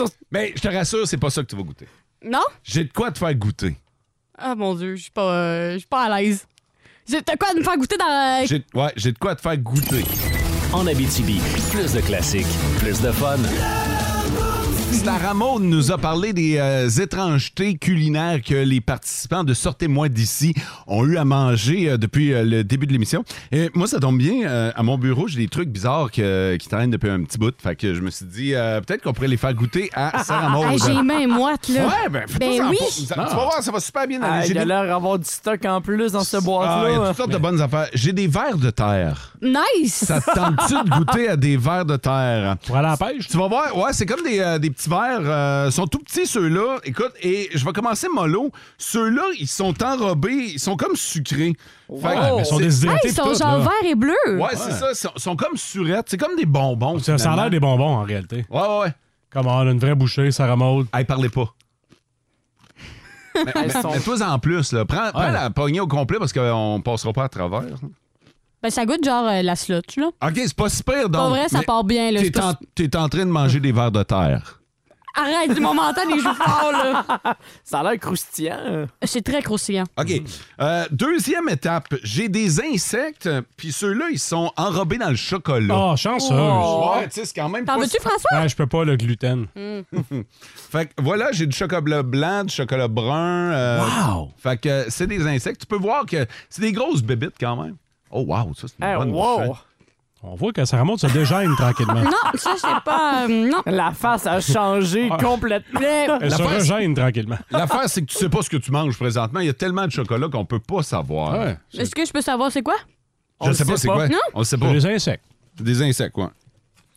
S4: euh,
S3: [laughs] Mais je te rassure, c'est pas ça que tu vas goûter.
S4: Non?
S3: J'ai de quoi te faire goûter.
S4: Ah mon dieu, je suis pas, euh, je suis pas à l'aise. J'ai- T'as quoi de me faire goûter dans.
S3: J'ai ouais, j'ai de quoi te faire goûter.
S2: En Abitibi, plus de classiques, plus de fun.
S3: Sarah Maud nous a parlé des euh, étrangetés culinaires que les participants de Sortez-moi d'ici ont eu à manger euh, depuis euh, le début de l'émission. Et moi, ça tombe bien, euh, à mon bureau, j'ai des trucs bizarres que- qui traînent depuis un petit bout. Fait que je me suis dit, euh, peut-être qu'on pourrait les faire goûter à
S6: Ah,
S3: Sarah Maud.
S4: Hey, Ah, j'ai les mains moites, là.
S3: Ouais, ben, fais-toi ça en
S4: oui.
S3: pause. Ça- Tu vas voir, ça va super bien aller.
S6: Ah,
S3: J'ai
S6: il a
S3: des-
S6: l'air d'avoir du stock en plus dans ce
S3: Ah, il y a
S6: boîte-là.
S3: toutes sortes de bonnes affaires. J'ai des verres de terre.
S4: Nice!
S3: Ça te tente-tu de goûter à des verres de terre?
S5: Pour aller à la pêche?
S3: Tu vas voir, ouais, c'est comme des, euh, des petits verres. euh, ils sont tout petits, ceux-là. Écoute, et je vais commencer mollo. Ceux-là, ils sont enrobés, ils sont comme sucrés. Fait que-
S5: Oh. Ouais, mais ils sont
S3: c'est-
S5: déshydratés
S4: Ah, ils sont genre verts et bleus.
S3: Ouais, c'est ça. Ils sont, sont comme surettes. C'est comme des bonbons.
S5: Ça, ça a l'air
S3: finalement.
S5: des bonbons, en réalité.
S3: Ouais, ouais,
S5: [laughs]
S3: ouais.
S5: Comme on a une vraie bouchée, Sarah Maud.
S3: Hey, parlez pas. Mais,
S5: Elles
S3: mais-
S5: sont-
S3: mais toi en plus, là. Prends, prends
S5: Ouais.
S3: la poignée au complet parce qu'on passera pas à travers.
S4: Ben, ça goûte genre euh, la slotch, là.
S3: OK, c'est pas si pire, donc.
S4: Pour vrai, ça
S3: mais
S4: part bien, là.
S3: t'es
S4: C'est pas
S3: en-
S4: si-
S3: T'es en train de manger des verres de terre.
S4: Arrête, du moment mental, les joues fort, là.
S6: [laughs] Ça a l'air [laughs] croustillant. hein.
S4: C'est très croustillant.
S3: OK.
S5: Mhm.
S3: Euh, deuxième étape, j'ai des insectes, puis ceux-là, ils sont enrobés dans le chocolat.
S5: Ah, chanceuse. Oh.
S3: Ouais, Hmm. tu sais, c'est quand même
S4: T'en
S3: pas-
S4: veux-tu, François?
S5: Ouais, je peux pas le gluten.
S3: [laughs] fait que voilà, j'ai du chocolat blanc, du chocolat brun. euh,
S5: Wow!
S3: Fait que euh, c'est des insectes. Tu peux voir que c'est des grosses bébites quand même. Oh, wow, ça, c'est une bonne bouchée.
S5: On voit que Sarah Maud se dégêne tranquillement.
S4: Non, ça, je sais pas. euh, non.
S6: La face a changé
S5: Ah.
S6: complètement.
S3: Eh,
S5: Elle se
S3: L'affaire,
S5: regêne tranquillement.
S3: [laughs] L'affaire, c'est que tu sais pas ce que tu manges présentement. Il y a tellement de chocolat qu'on peut pas savoir.
S4: Est-ce que je peux savoir c'est quoi?
S3: Je sais pas c'est quoi.
S4: Non?
S3: On sait pas.
S5: Des insectes.
S3: Des insectes, quoi.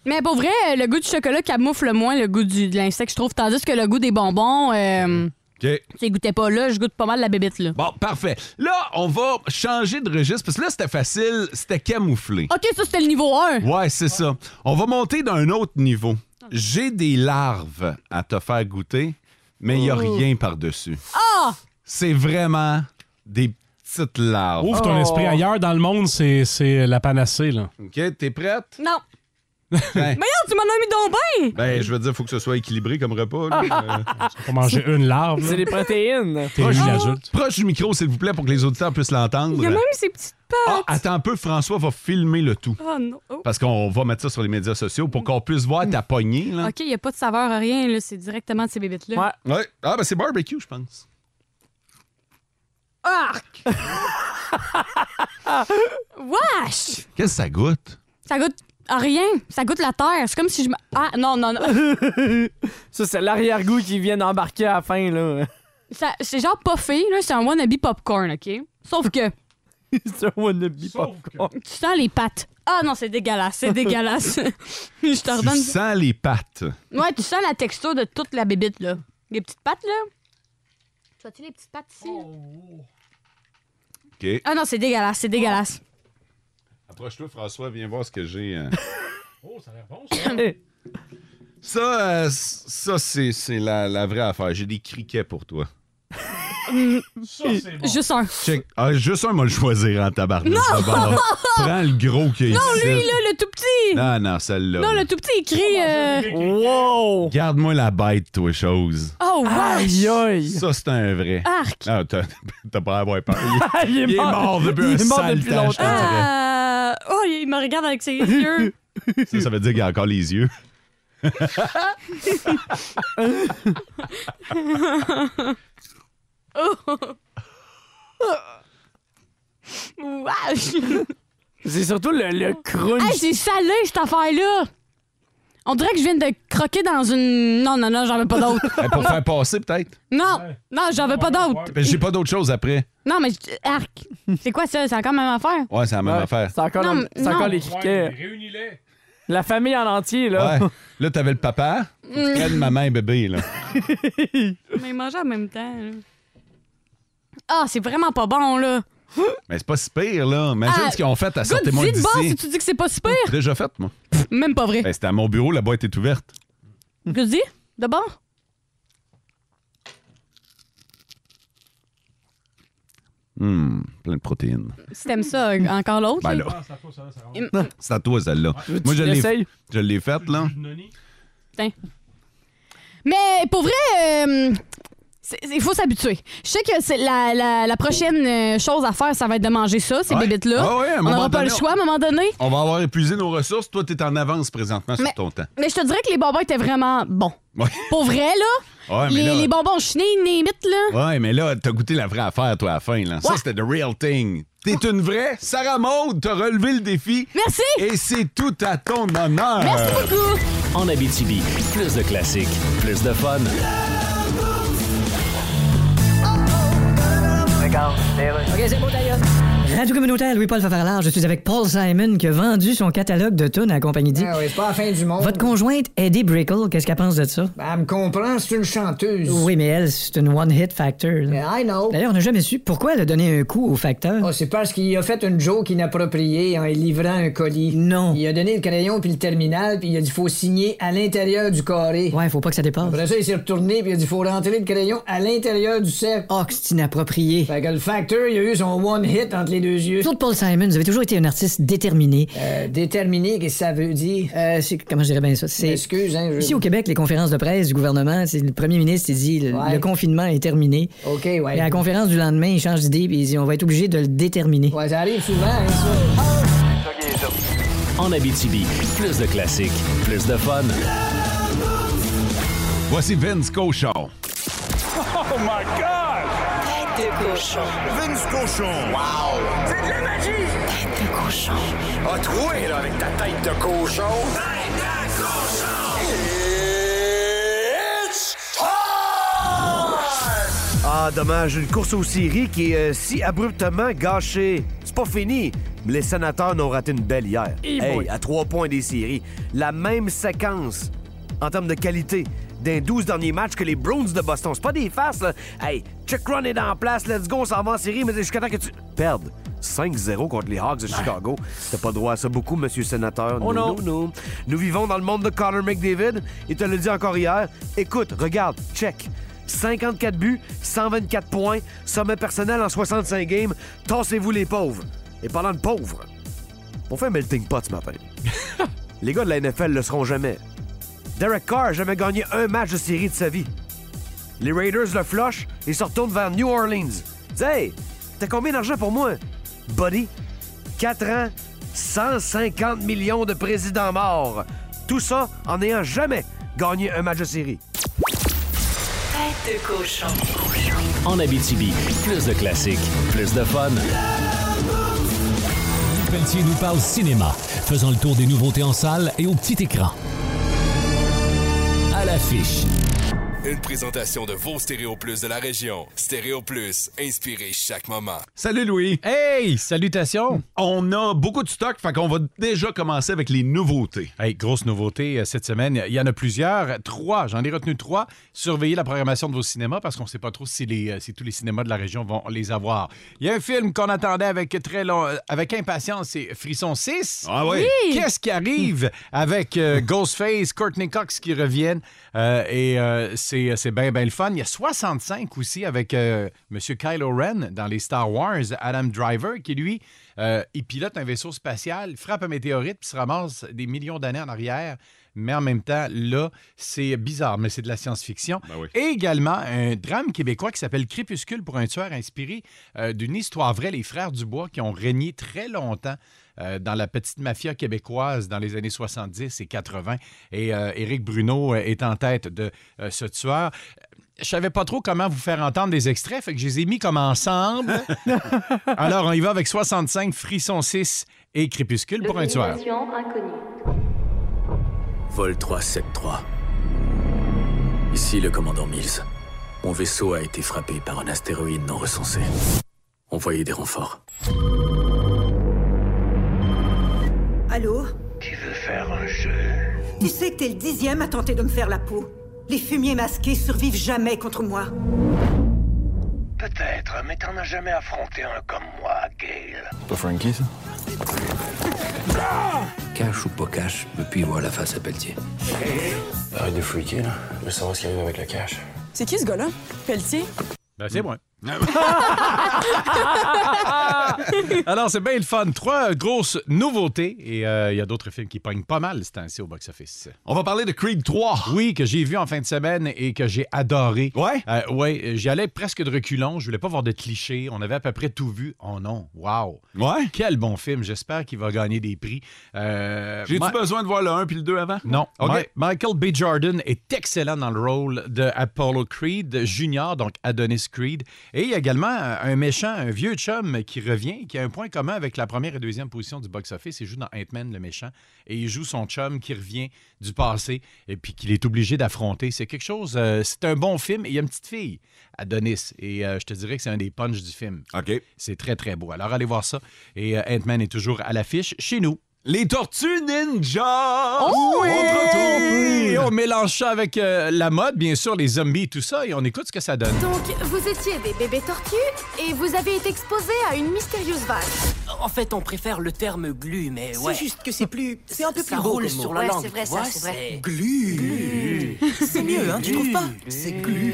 S4: Mais pour vrai, euh, le goût du chocolat camoufle le moins le goût du, de l'insecte, je trouve. Tandis que le goût des bonbons, euh,
S3: OK.
S4: tu les goûtais pas là. Je goûte pas mal la bébête, là.
S3: Bon, parfait. Là, on va changer de registre parce que là, c'était facile, c'était camouflé.
S4: OK, ça, c'était le niveau 1.
S3: Ouais, c'est ça. On va monter d'un autre niveau. J'ai des larves à te faire goûter, mais
S4: Oh.
S3: il n'y a rien par-dessus.
S4: Ah!
S3: C'est vraiment des petites larves.
S5: Ouvre ton esprit ailleurs dans le monde, c'est c'est la panacée. Là.
S3: OK, t'es prête?
S4: Non.
S3: [laughs] Ben,
S4: Mais regarde, tu m'en as mis donc bien!
S3: ben, je veux dire, il faut que ce soit équilibré comme
S4: [laughs]
S3: repas. là. Euh,
S5: Pour manger une larve.
S6: C'est
S5: là.
S6: des protéines.
S5: T'es
S3: proche,
S5: une adulte.
S3: proche du micro, s'il vous plaît, pour que les auditeurs puissent l'entendre.
S4: Il y a même ces petites
S3: Ah,
S4: pattes.
S3: attends un peu, François va filmer le tout.
S4: Oh non. Oh.
S3: Parce qu'on va mettre ça sur les médias sociaux pour qu'on puisse voir ta poignée. Là.
S4: OK, il n'y a pas de saveur, rien. là. C'est directement de ces bébites-là.
S6: Ouais.
S3: Ouais. Ah, ben c'est barbecue, je pense.
S4: Arc! Wesh!
S3: Qu'est-ce que ça goûte?
S4: Ça goûte à rien. Ça goûte la terre. C'est comme si je me. Ah, non, non, non.
S6: [laughs] Ça, c'est l'arrière-goût qui vient d'embarquer à la fin, là.
S4: Ça- c'est genre puffé, là. C'est un wannabe popcorn, OK? Sauf que tu
S6: [laughs] c'est un wannabe popcorn.
S4: sens les pattes. Ah non, c'est dégueulasse, c'est dégueulasse. [laughs] je te
S3: Tu
S4: redonne.
S3: sens les pattes.
S4: Ouais, tu sens la texture de toute la bébite, là. Les petites pattes, là. Tu vois-tu les petites pattes ici? là?
S3: OK.
S4: Ah non, c'est dégueulasse, c'est dégueulasse.
S3: Approche-toi, François, viens voir ce que j'ai. euh.
S5: [laughs] Oh, ça a l'air bon,
S4: [laughs]
S3: Ça, euh, c- ça c'est c'est la, la vraie affaire. J'ai des criquets pour toi.
S5: ça. c'est bon.
S4: Mm. Juste un.
S3: Check. Ah, juste un, moi, le choisir en tabarnak. Ah,
S4: [laughs]
S3: bon, bon. Prends le gros qui est
S4: Non,
S3: ici.
S4: lui, là, le tout petit!
S3: Non, non, celle-là.
S4: Non, le tout petit, il crie. euh,
S6: Wow!
S3: Garde-moi la bête, toi, chose.
S4: Oh, wesh!
S6: Aïe, aïe!
S3: Ça, c'est un vrai.
S4: Arc!
S3: Ah, t'as [laughs] t'as pas à avoir peur. Il,
S6: [laughs] Ah,
S3: il est mort depuis
S6: il
S3: un
S6: est mort
S3: sale
S6: depuis
S3: temps,
S6: longtemps. Ah,
S3: je te dirais.
S4: Euh, Oh, il me regarde avec
S3: [laughs]
S4: ses yeux.
S3: Ça, ça veut dire qu'il a encore
S6: [laughs]
S3: les yeux. Ah!
S7: Oh
S4: Wesh!
S6: C'est surtout le, le
S4: Ah,
S6: crunch.
S4: Hey, c'est salé, cette affaire-là! On dirait que je viens de croquer dans une. Non, non, non, j'en veux pas d'autre.
S3: [laughs] Eh, pour faire passer, peut-être.
S4: Non, non, j'en veux pas d'autre.
S3: Ben, J'ai pas d'autre chose après.
S4: Non, mais je- arc. C'est quoi ça? C'est encore la même affaire?
S3: Ouais, c'est la même
S6: Ouais.
S3: affaire.
S6: C'est encore,
S4: Non,
S6: le- c'est
S4: non.
S6: encore les criquets.
S5: Réunis-les.
S6: La famille en entier, là. Mm.
S3: Ouais. Là, t'avais le papa, prenne maman et bébé, là.
S4: Mais manger en même temps. là. Ah, c'est vraiment pas bon, là.
S3: Mais c'est pas si pire, là. Imagine
S4: Ah,
S3: ce qu'ils ont fait à
S4: Good,
S3: Sortez-moi
S4: dis de base si
S3: d'ici.
S4: tu dis que c'est pas si pire.
S3: Déjà fait,
S6: [laughs]
S3: moi.
S4: Même pas vrai.
S3: Ben, c'était à mon bureau, la boîte est ouverte.
S4: Que dis? De bon?
S3: Hum, plein de protéines.
S4: Si t'aimes ça, euh, encore l'autre.
S3: Ben
S4: là.
S3: là. [laughs] C'est à toi, celle-là.
S4: Ouais.
S3: Moi, je
S4: Tu
S3: l'ai,
S4: l'essayes?
S3: je l'ai faite, là.
S4: Putain. Mais pour vrai, euh, c'est- c'est- il faut s'habituer. Je sais que c'est la, la- la prochaine euh, chose à faire, ça va être de manger ça, ces
S3: Ouais.
S4: bébites-là.
S3: Ah ouais, à un
S4: on
S3: moment
S4: n'aura pas
S3: donné,
S4: le choix à un moment donné.
S3: On va avoir épuisé nos ressources. Toi, t'es en avance présentement sur
S4: Mais-
S3: ton temps.
S4: Mais je te dirais que les bonbons étaient vraiment bons. Pour vrai, là,
S3: [laughs] Ouais, mais
S4: les,
S3: là-
S4: les bonbons chenilles, némites, là.
S3: Ouais, mais là, t'as goûté la vraie affaire, toi, à la fin. Là. Ça, c'était the real thing. T'es une vraie. Sarah Maud, t'as relevé le défi.
S4: Merci.
S3: Et c'est tout à ton honneur.
S2: Merci Euh. En Abitibi, plus de classiques, plus de fun.
S9: OK, c'est bon, d'ailleurs. Radio communautaire Louis-Paul Favarlard, je suis avec Paul Simon qui a vendu son catalogue de tunes à la compagnie dit.
S13: Ah oui, c'est pas la fin du monde.
S9: Votre conjointe, Eddie Brickle, qu'est-ce qu'elle pense de ça?
S13: Ben, elle me comprend, c'est une chanteuse.
S9: Oui, mais elle, c'est une one-hit factor. là.
S13: I know.
S9: D'ailleurs, on n'a jamais su pourquoi elle a donné un coup au facteur.
S13: Oh, c'est parce qu'il a fait une joke inappropriée en lui livrant un colis.
S9: Non.
S13: Il a donné le crayon puis le terminal puis il a dit faut signer à l'intérieur du carré.
S9: Ouais, faut pas que ça dépasse.
S13: Après ça, il s'est retourné puis il a dit faut rentrer le crayon à l'intérieur du cercle.
S9: Oh, que c'est inapproprié.
S13: Fait que le facteur, il a eu son one hit entre les deux yeux.
S9: Claude Paul Simon, vous avez toujours été un artiste déterminé.
S13: Euh, déterminé, qu'est-ce que ça veut dire?
S9: Euh, c'est- comment je dirais bien ça? C'est,
S13: Excuse, hein. je-
S9: Ici au Québec, les conférences de presse du gouvernement, c'est le premier ministre il dit le,
S13: Ouais.
S9: le confinement est terminé.
S13: OK, ouais.
S9: Et à la conférence du lendemain, il change d'idée et il dit on va être obligé de le déterminer.
S13: Ouais, ça arrive souvent, hein, ça.
S2: En Abitibi, plus de classiques, plus de fun.
S3: Voici Vince Cochon.
S7: Oh my God! Tête de cochon. Vince cochon. Wow! C'est de la magie! Tête de cochon. A troué, là, avec ta tête de cochon. Tête de cochon! It's
S14: Ah, dommage, une course aux séries qui est euh, si abruptement gâchée. C'est pas fini, mais les sénateurs n'ont raté une belle hier.
S15: Eh boy.
S14: à trois points des séries. La même séquence en termes de qualité d'un 12 derniers matchs que les Browns de Boston. C'est pas des faces, là. Hey, check run est en place, let's go, on s'en va en série, mais jusqu'à temps que tu perdes. 5-0 contre les Hawks de Chicago. T'as pas droit à ça beaucoup, monsieur sénateur.
S15: Oh non.
S14: non, non. Nous vivons dans le monde de Connor McDavid. Il te le dit encore hier. Écoute, regarde, check. 54 buts, 124 points, sommet personnel en 65 games. Tassez-vous les pauvres. Et parlant de pauvres, on fait un melting pot ce matin. les gars de la NFL le seront jamais. Derek Carr n'a jamais gagné un match de série de sa vie. Les Raiders le flush et se retournent vers New Orleans. Dis, hey, t'as combien d'argent pour moi? Buddy, 4 ans, 150 millions de présidents morts. Tout ça en n'ayant jamais gagné un match de série.
S7: Tête de cochon.
S2: En Abitibi, plus de classiques, plus de fun.
S16: Guy Pelletier nous parle cinéma, faisant le tour des nouveautés en salle et au petit écran. À l'affiche.
S17: Une présentation de vos Stéréo Plus de la région. Stéréo Plus, inspirez chaque moment.
S3: Salut Louis.
S17: Hey,
S3: salutations. On a beaucoup de stock, fait qu'on va déjà commencer avec les nouveautés.
S15: Hey, grosse nouveauté euh, cette semaine. Il y en a plusieurs. Trois, j'en ai retenu trois. Surveillez la programmation de vos cinémas parce qu'on ne sait pas trop si, les, euh, si tous les cinémas de la région vont les avoir. Il y a un film qu'on attendait avec très long, euh, avec impatience, c'est Frisson 6.
S3: Ah ouais? Oui.
S15: Qu'est-ce qui arrive avec euh, Ghostface, Courtney Cox qui reviennent? Euh, et euh, c'est, c'est bien, bien le fun. Il y a 65 aussi avec euh, Monsieur M. Kylo Ren dans les Star Wars, Adam Driver, qui lui, euh, il pilote un vaisseau spatial, frappe un météorite, puis se ramasse des millions d'années en arrière. Mais en même temps, là, c'est bizarre, mais c'est de la science-fiction. Et également, un drame québécois qui s'appelle Crépuscule pour un tueur inspiré euh, d'une histoire vraie, les frères Dubois qui ont régné très longtemps euh, dans la petite mafia québécoise dans les années 70 et 80. Et euh, Éric Bruno euh, est en tête de euh, ce tueur. Je savais pas trop comment vous faire entendre des extraits, fait que je les ai mis comme ensemble. Alors, on y va avec 65, Frisson 6 et Crépuscule pour un tueur.
S18: Vol 373. Ici le commandant Mills. Mon vaisseau a été frappé par un astéroïde non recensé. Envoyez des renforts.
S19: Allô
S20: Tu veux faire un jeu
S19: Tu sais que t'es le dixième à tenter de me faire la peau. Les fumiers masqués survivent jamais contre moi.
S20: Peut-être, mais t'en as jamais affronté un comme moi, Gale.
S18: Pas Frankie, ça? Cache ou pas cache, depuis voir la face à Pelletier. Arrête de freaker, là. Je veux savoir ce qui arrive avec le cash.
S21: C'est qui ce gars-là? Pelletier?
S15: Ben, c'est moi. [laughs] Alors, c'est bien le fun. Trois grosses nouveautés et euh, il y a d'autres films qui pognent pas mal ce temps-ci au box-office.
S3: On va parler de Creed 3.
S15: Oui, que j'ai vu en fin de semaine et que j'ai adoré.
S3: Ouais?
S15: Euh, ouais, j'y allais presque de reculons. Je voulais pas voir de clichés. On avait à peu près tout vu. Oh non, wow.
S3: Ouais?
S15: Quel bon film. J'espère qu'il va gagner des prix. Euh,
S3: J'ai-tu
S15: Ma-
S3: besoin de voir le 1 puis le 2 avant?
S15: non.
S3: OK.
S15: Ma- Michael B. Jordan est excellent dans le rôle de Apollo Creed Junior, donc Adonis Creed. Et il y a également euh, un méchant, un vieux chum qui revient, qui a un point commun avec la première et deuxième position du box-office. Il joue dans Ant-Man, le méchant, et il joue son chum qui revient du passé et puis qu'il est obligé d'affronter. C'est quelque chose, euh, c'est un bon film. Et il y a une petite fille, Adonis, et euh, je te dirais que c'est un des punchs du film.
S3: OK.
S15: C'est très, très beau. Alors allez voir ça. Et euh, Ant-Man est toujours à l'affiche chez nous.
S3: Les Tortues Ninja!
S15: Oh,
S3: On te retrouve!
S15: Et on mélange ça avec euh, la mode, bien sûr, les zombies et tout ça, et on écoute ce que
S4: [laughs]
S15: ça donne.
S22: Donc, vous étiez des bébés tortues et vous avez été exposés à une mystérieuse vague.
S23: [laughs] En fait, on préfère le terme glu, mais ouais.
S22: C'est juste
S23: que c'est plus. C'est
S22: un peu plus beau
S23: roule
S22: comme mot.
S23: sur la
S22: Ouais,
S23: langue.
S22: c'est vrai,
S23: tu
S22: ça,
S23: vois,
S22: c'est vrai.
S23: Glu.
S22: C'est mieux, hein, tu trouves pas C'est glu.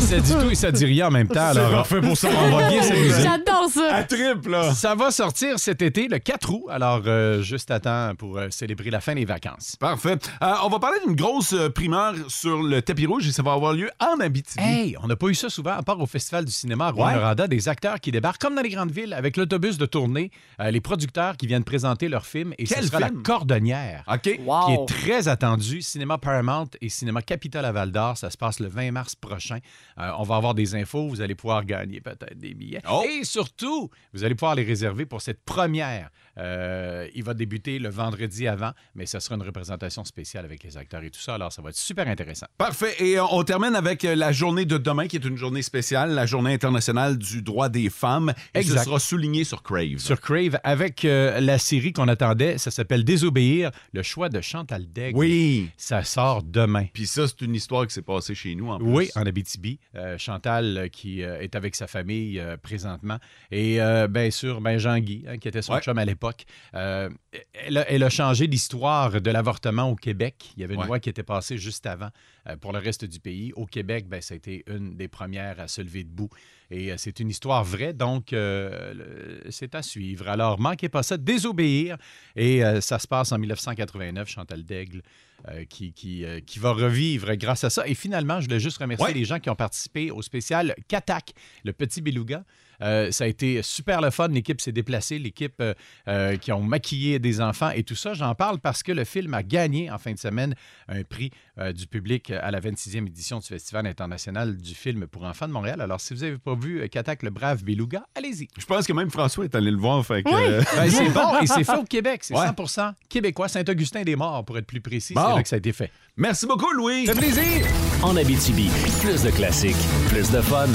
S15: Ça dit tout et ça dit rien en même temps.
S3: C'est
S15: alors,
S3: parfait pour ça.
S15: On va bien s'amuser.
S4: J'adore ça.
S3: À triple, là.
S15: Ça va sortir cet été, le 4 août, alors euh, juste à temps pour euh, célébrer la fin des vacances.
S3: Parfait. Euh, on va parler d'une grosse euh, primeur sur le tapis rouge et ça va avoir lieu en Abitibi.
S15: Hey, on n'a pas eu ça souvent, à part au Festival du cinéma à Rwanda, des acteurs qui débarquent comme dans les grandes villes avec l'autobus de tournée, euh, les producteurs qui viennent présenter leurs films et
S3: Quel
S15: ce sera
S3: film? Ah,
S15: la Cordonnière.
S3: OK.
S15: qui est très attendu. Cinéma Paramount et Cinéma Capitole à Val-d'Or, ça se passe le 20 mars prochain. Euh, on va avoir des infos, vous allez pouvoir gagner peut-être des billets. Et surtout, vous allez pouvoir les réserver pour cette première. Euh, il va débuter le vendredi avant, mais ce sera une représentation spéciale avec les acteurs et tout ça, alors ça va être super intéressant.
S3: Parfait. Et euh, on termine avec euh, la journée de demain, qui est une journée spéciale, la journée internationale du droit des femmes. Et
S15: Exact.
S3: ce sera souligné sur Crave.
S15: Sur Crave, avec euh, la série qu'on attendait, ça s'appelle Désobéir, le choix de Chantal Daigle.
S3: Oui.
S15: Ça sort demain.
S3: Puis ça, c'est une histoire qui s'est passée chez nous en plus.
S15: Oui, en Abitibi. Euh, Chantal euh, qui euh, est avec sa famille euh, présentement. Et euh, bien sûr, ben Jean-Guy, hein, qui était son chum à l'époque. Euh, elle, a, elle a changé l'histoire de l'avortement au Québec. Il y avait une
S3: Ouais.
S15: loi qui était passée juste avant euh, pour le reste du pays. Au Québec, ben, ça a été une des premières à se lever debout. Et euh, c'est une histoire vraie, donc euh, le- c'est à suivre. Alors, manquez pas ça, désobéir. Et euh, ça se passe en 1989, Chantal Daigle, euh, qui, qui, euh, qui va revivre grâce à ça. Et finalement, je voulais juste remercier les gens qui ont participé au spécial Katak, le petit beluga. Euh, ça a été super le fun. L'équipe s'est déplacée, l'équipe euh, euh, qui ont maquillé des enfants et tout ça. J'en parle parce que le film a gagné en fin de semaine un prix euh, du public à la 26e édition du Festival international du film pour enfants de Montréal. Alors, si vous n'avez pas vu euh, Katak, le brave beluga, allez-y.
S3: Je pense que même François est allé le voir. Fait que... euh,
S15: Ben,
S3: [laughs]
S15: c'est bon et c'est fait au Québec. C'est
S3: Ouais.
S15: 100 québécois. Saint-Augustin-des-Morts, pour être plus précis.
S3: Bon.
S15: C'est là que ça a été fait.
S3: Merci beaucoup, Louis.
S15: Ça fait plaisir.
S2: En Abitibi, plus de classiques, plus de fun.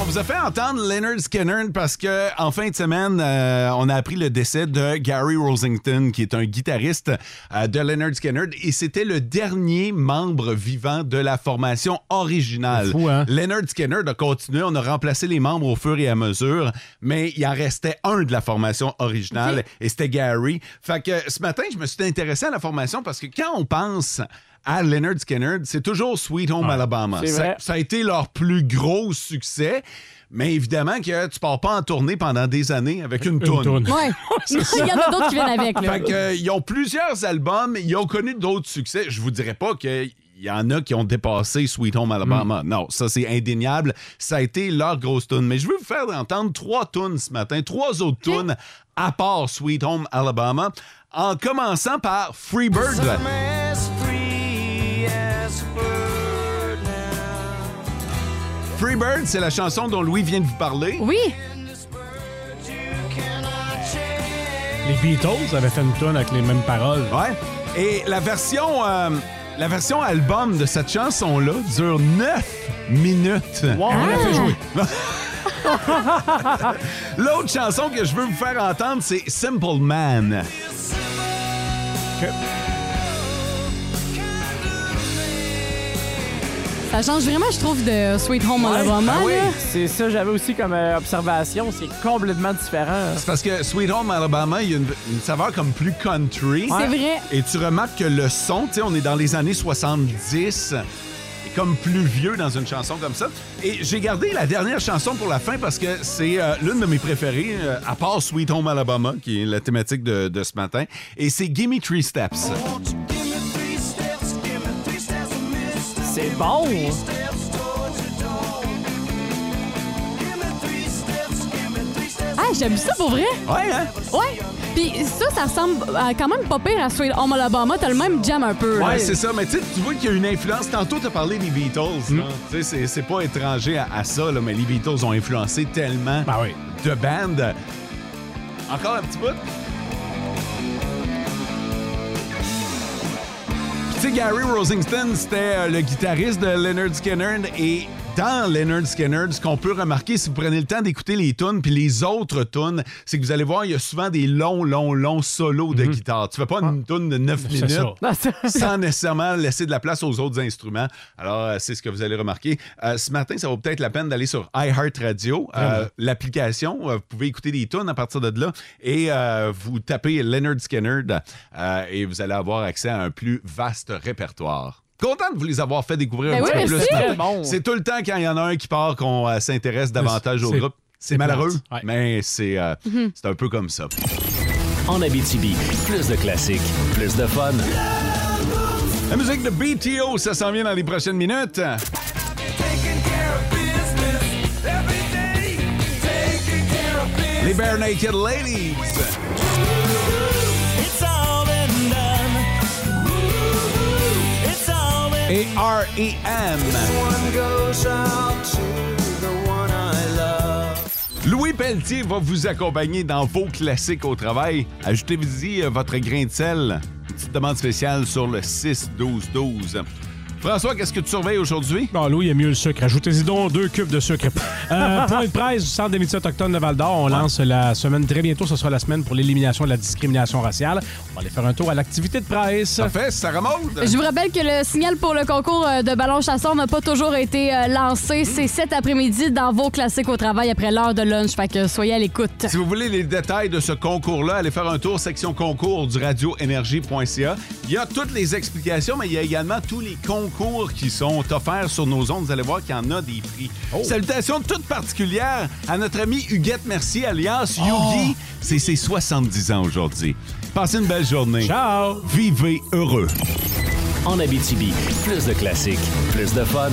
S3: On vous a fait entendre Leonard Skinner parce que en fin de semaine, euh, on a appris le décès de Gary Rosington, qui est un guitariste euh, de Leonard Skinner, et c'était le dernier membre vivant de la formation originale.
S5: C'est fou, hein?
S3: Leonard Skinner a continué, on a remplacé les membres au fur et à mesure, mais il en restait un de la formation originale, et c'était Gary. Fait que ce matin, je me suis intéressé à la formation parce que quand on pense à Leonard Skinner, c'est toujours Sweet Home Alabama.
S5: c'est
S3: Ça-
S5: vrai.
S3: ça a été leur plus gros succès. Mais évidemment que tu pars pas en tournée pendant des années avec une, toune.
S5: toune.
S4: Ouais.
S3: [laughs] C'est ça.
S4: Il y en a d'autres qui viennent avec, là.
S3: Ah, Fait que, euh, ils ont plusieurs albums, ils ont connu d'autres succès. Je vous dirais pas qu'il y en a qui ont dépassé Sweet Home Alabama. Non, ça c'est indéniable. Ça a été leur grosse tune. Mais je veux vous faire entendre trois tunes ce matin, trois autres tunes à part Sweet Home Alabama, en commençant par Free Bird. Freebird, c'est la chanson dont Louis vient de vous parler.
S4: Oui.
S5: Les Beatles avaient fait une tonne avec les mêmes paroles.
S3: Ouais. Et la version, euh, la version album de cette chanson-là dure 9 minutes.
S5: On l'a fait jouer.
S3: [laughs] L'autre chanson que je veux vous faire entendre, c'est Simple Man.
S4: Ça change vraiment, je trouve, de Sweet Home Alabama.
S6: Ah oui,
S4: là.
S6: c'est ça, j'avais aussi comme euh, observation, c'est complètement différent.
S3: C'est parce que Sweet Home Alabama, il y a une, une saveur comme plus country.
S6: C'est vrai.
S3: Et tu remarques que le son, tu sais, on est dans les années 70, est comme plus vieux dans une chanson comme ça. Et j'ai gardé la dernière chanson pour la fin parce que c'est euh, l'une de mes préférées, euh, à part Sweet Home Alabama, qui est la thématique de, de ce matin. Et c'est Gimme Three Steps.
S6: C'est bon!
S4: Ah, j'aime ça pour vrai.
S3: Ouais, hein?
S4: Ouais. Puis ça, ça ressemble euh, quand même pas pire à Sweet Home Alabama. T'as le même jam un peu.
S3: Ouais,
S4: là.
S3: c'est ça. Mais tu sais, tu vois qu'il y a une influence. Tantôt, tu as parlé des Beatles. là. Tu sais, c'est- c'est pas étranger à, à ça, là, mais les Beatles ont influencé tellement de bandes. Encore un petit bout. Puis Tu sais, Gary Rosenstein, c'était euh, le guitariste de Leonard Skinner et dans Leonard Skinner, ce qu'on peut remarquer, si vous prenez le temps d'écouter les tunes puis les autres tunes, c'est que vous allez voir, il y a souvent des longs, longs, longs solos de guitare. Tu fais pas une tune de 9
S5: Mhm. Ah. C'est ça.
S3: minutes [laughs] sans nécessairement laisser de la place aux autres instruments. Alors, euh, c'est ce que vous allez remarquer. Euh, ce matin, ça vaut peut-être la peine d'aller sur iHeartRadio, euh,
S5: Vraiment.
S3: l'application. euh, vous pouvez écouter des tunes à partir de là et euh, vous tapez Leonard Skinner euh, et vous allez avoir accès à un plus vaste répertoire. Content de vous les avoir fait découvrir
S4: Ben
S3: un
S4: oui,
S3: petit peu
S4: merci.
S3: plus. ce
S4: Très
S3: matin.
S4: bon.
S3: C'est tout le temps quand il y en a un qui part qu'on euh, s'intéresse davantage au
S2: c'est-
S3: groupe. C'est
S2: c'est
S3: malheureux,
S2: plate.
S3: mais c'est euh,
S2: Mhm.
S3: c'est un peu comme ça.
S2: En Abitibi, plus de classiques, plus de fun.
S3: La musique de BTO, ça s'en vient dans les prochaines minutes. Les Bare Naked Ladies. Et E R.E.M. Louis Pelletier va vous accompagner dans vos classiques au travail. Ajoutez-vous-y euh, votre grain de sel. Une petite demande spéciale sur le 6-12-12. François, qu'est-ce que tu surveilles aujourd'hui?
S5: Bon, l'eau, il y a mieux le sucre. Ajoutez-y donc deux cubes de sucre. Euh, point de presse du Centre des métiers autochtones de Val-d'Or. On lance la semaine très bientôt. Ce sera la semaine pour l'élimination de la discrimination raciale. On va aller faire un tour à l'activité de presse. Ça
S3: fait, ça remonte.
S4: Je vous rappelle que le signal pour le concours euh, de ballon chasseur n'a pas toujours été euh, lancé.
S3: Mm.
S4: C'est cet après-midi dans vos classiques au travail après l'heure de lunch. Fait que soyez à l'écoute.
S3: Si vous voulez les détails de ce concours-là, allez faire un tour section concours du radioénergie.ca. Il y a toutes les explications, mais il y a également tous les concours qui sont offerts sur nos ondes. Vous allez voir qu'il y en a des prix. Salutations toutes particulières à notre ami Huguette Mercier, alias Yugi. C'est ses 70 ans aujourd'hui. Passez une belle journée.
S5: Ciao!
S3: Vivez heureux.
S2: En Abitibi, plus de classiques, plus de fun.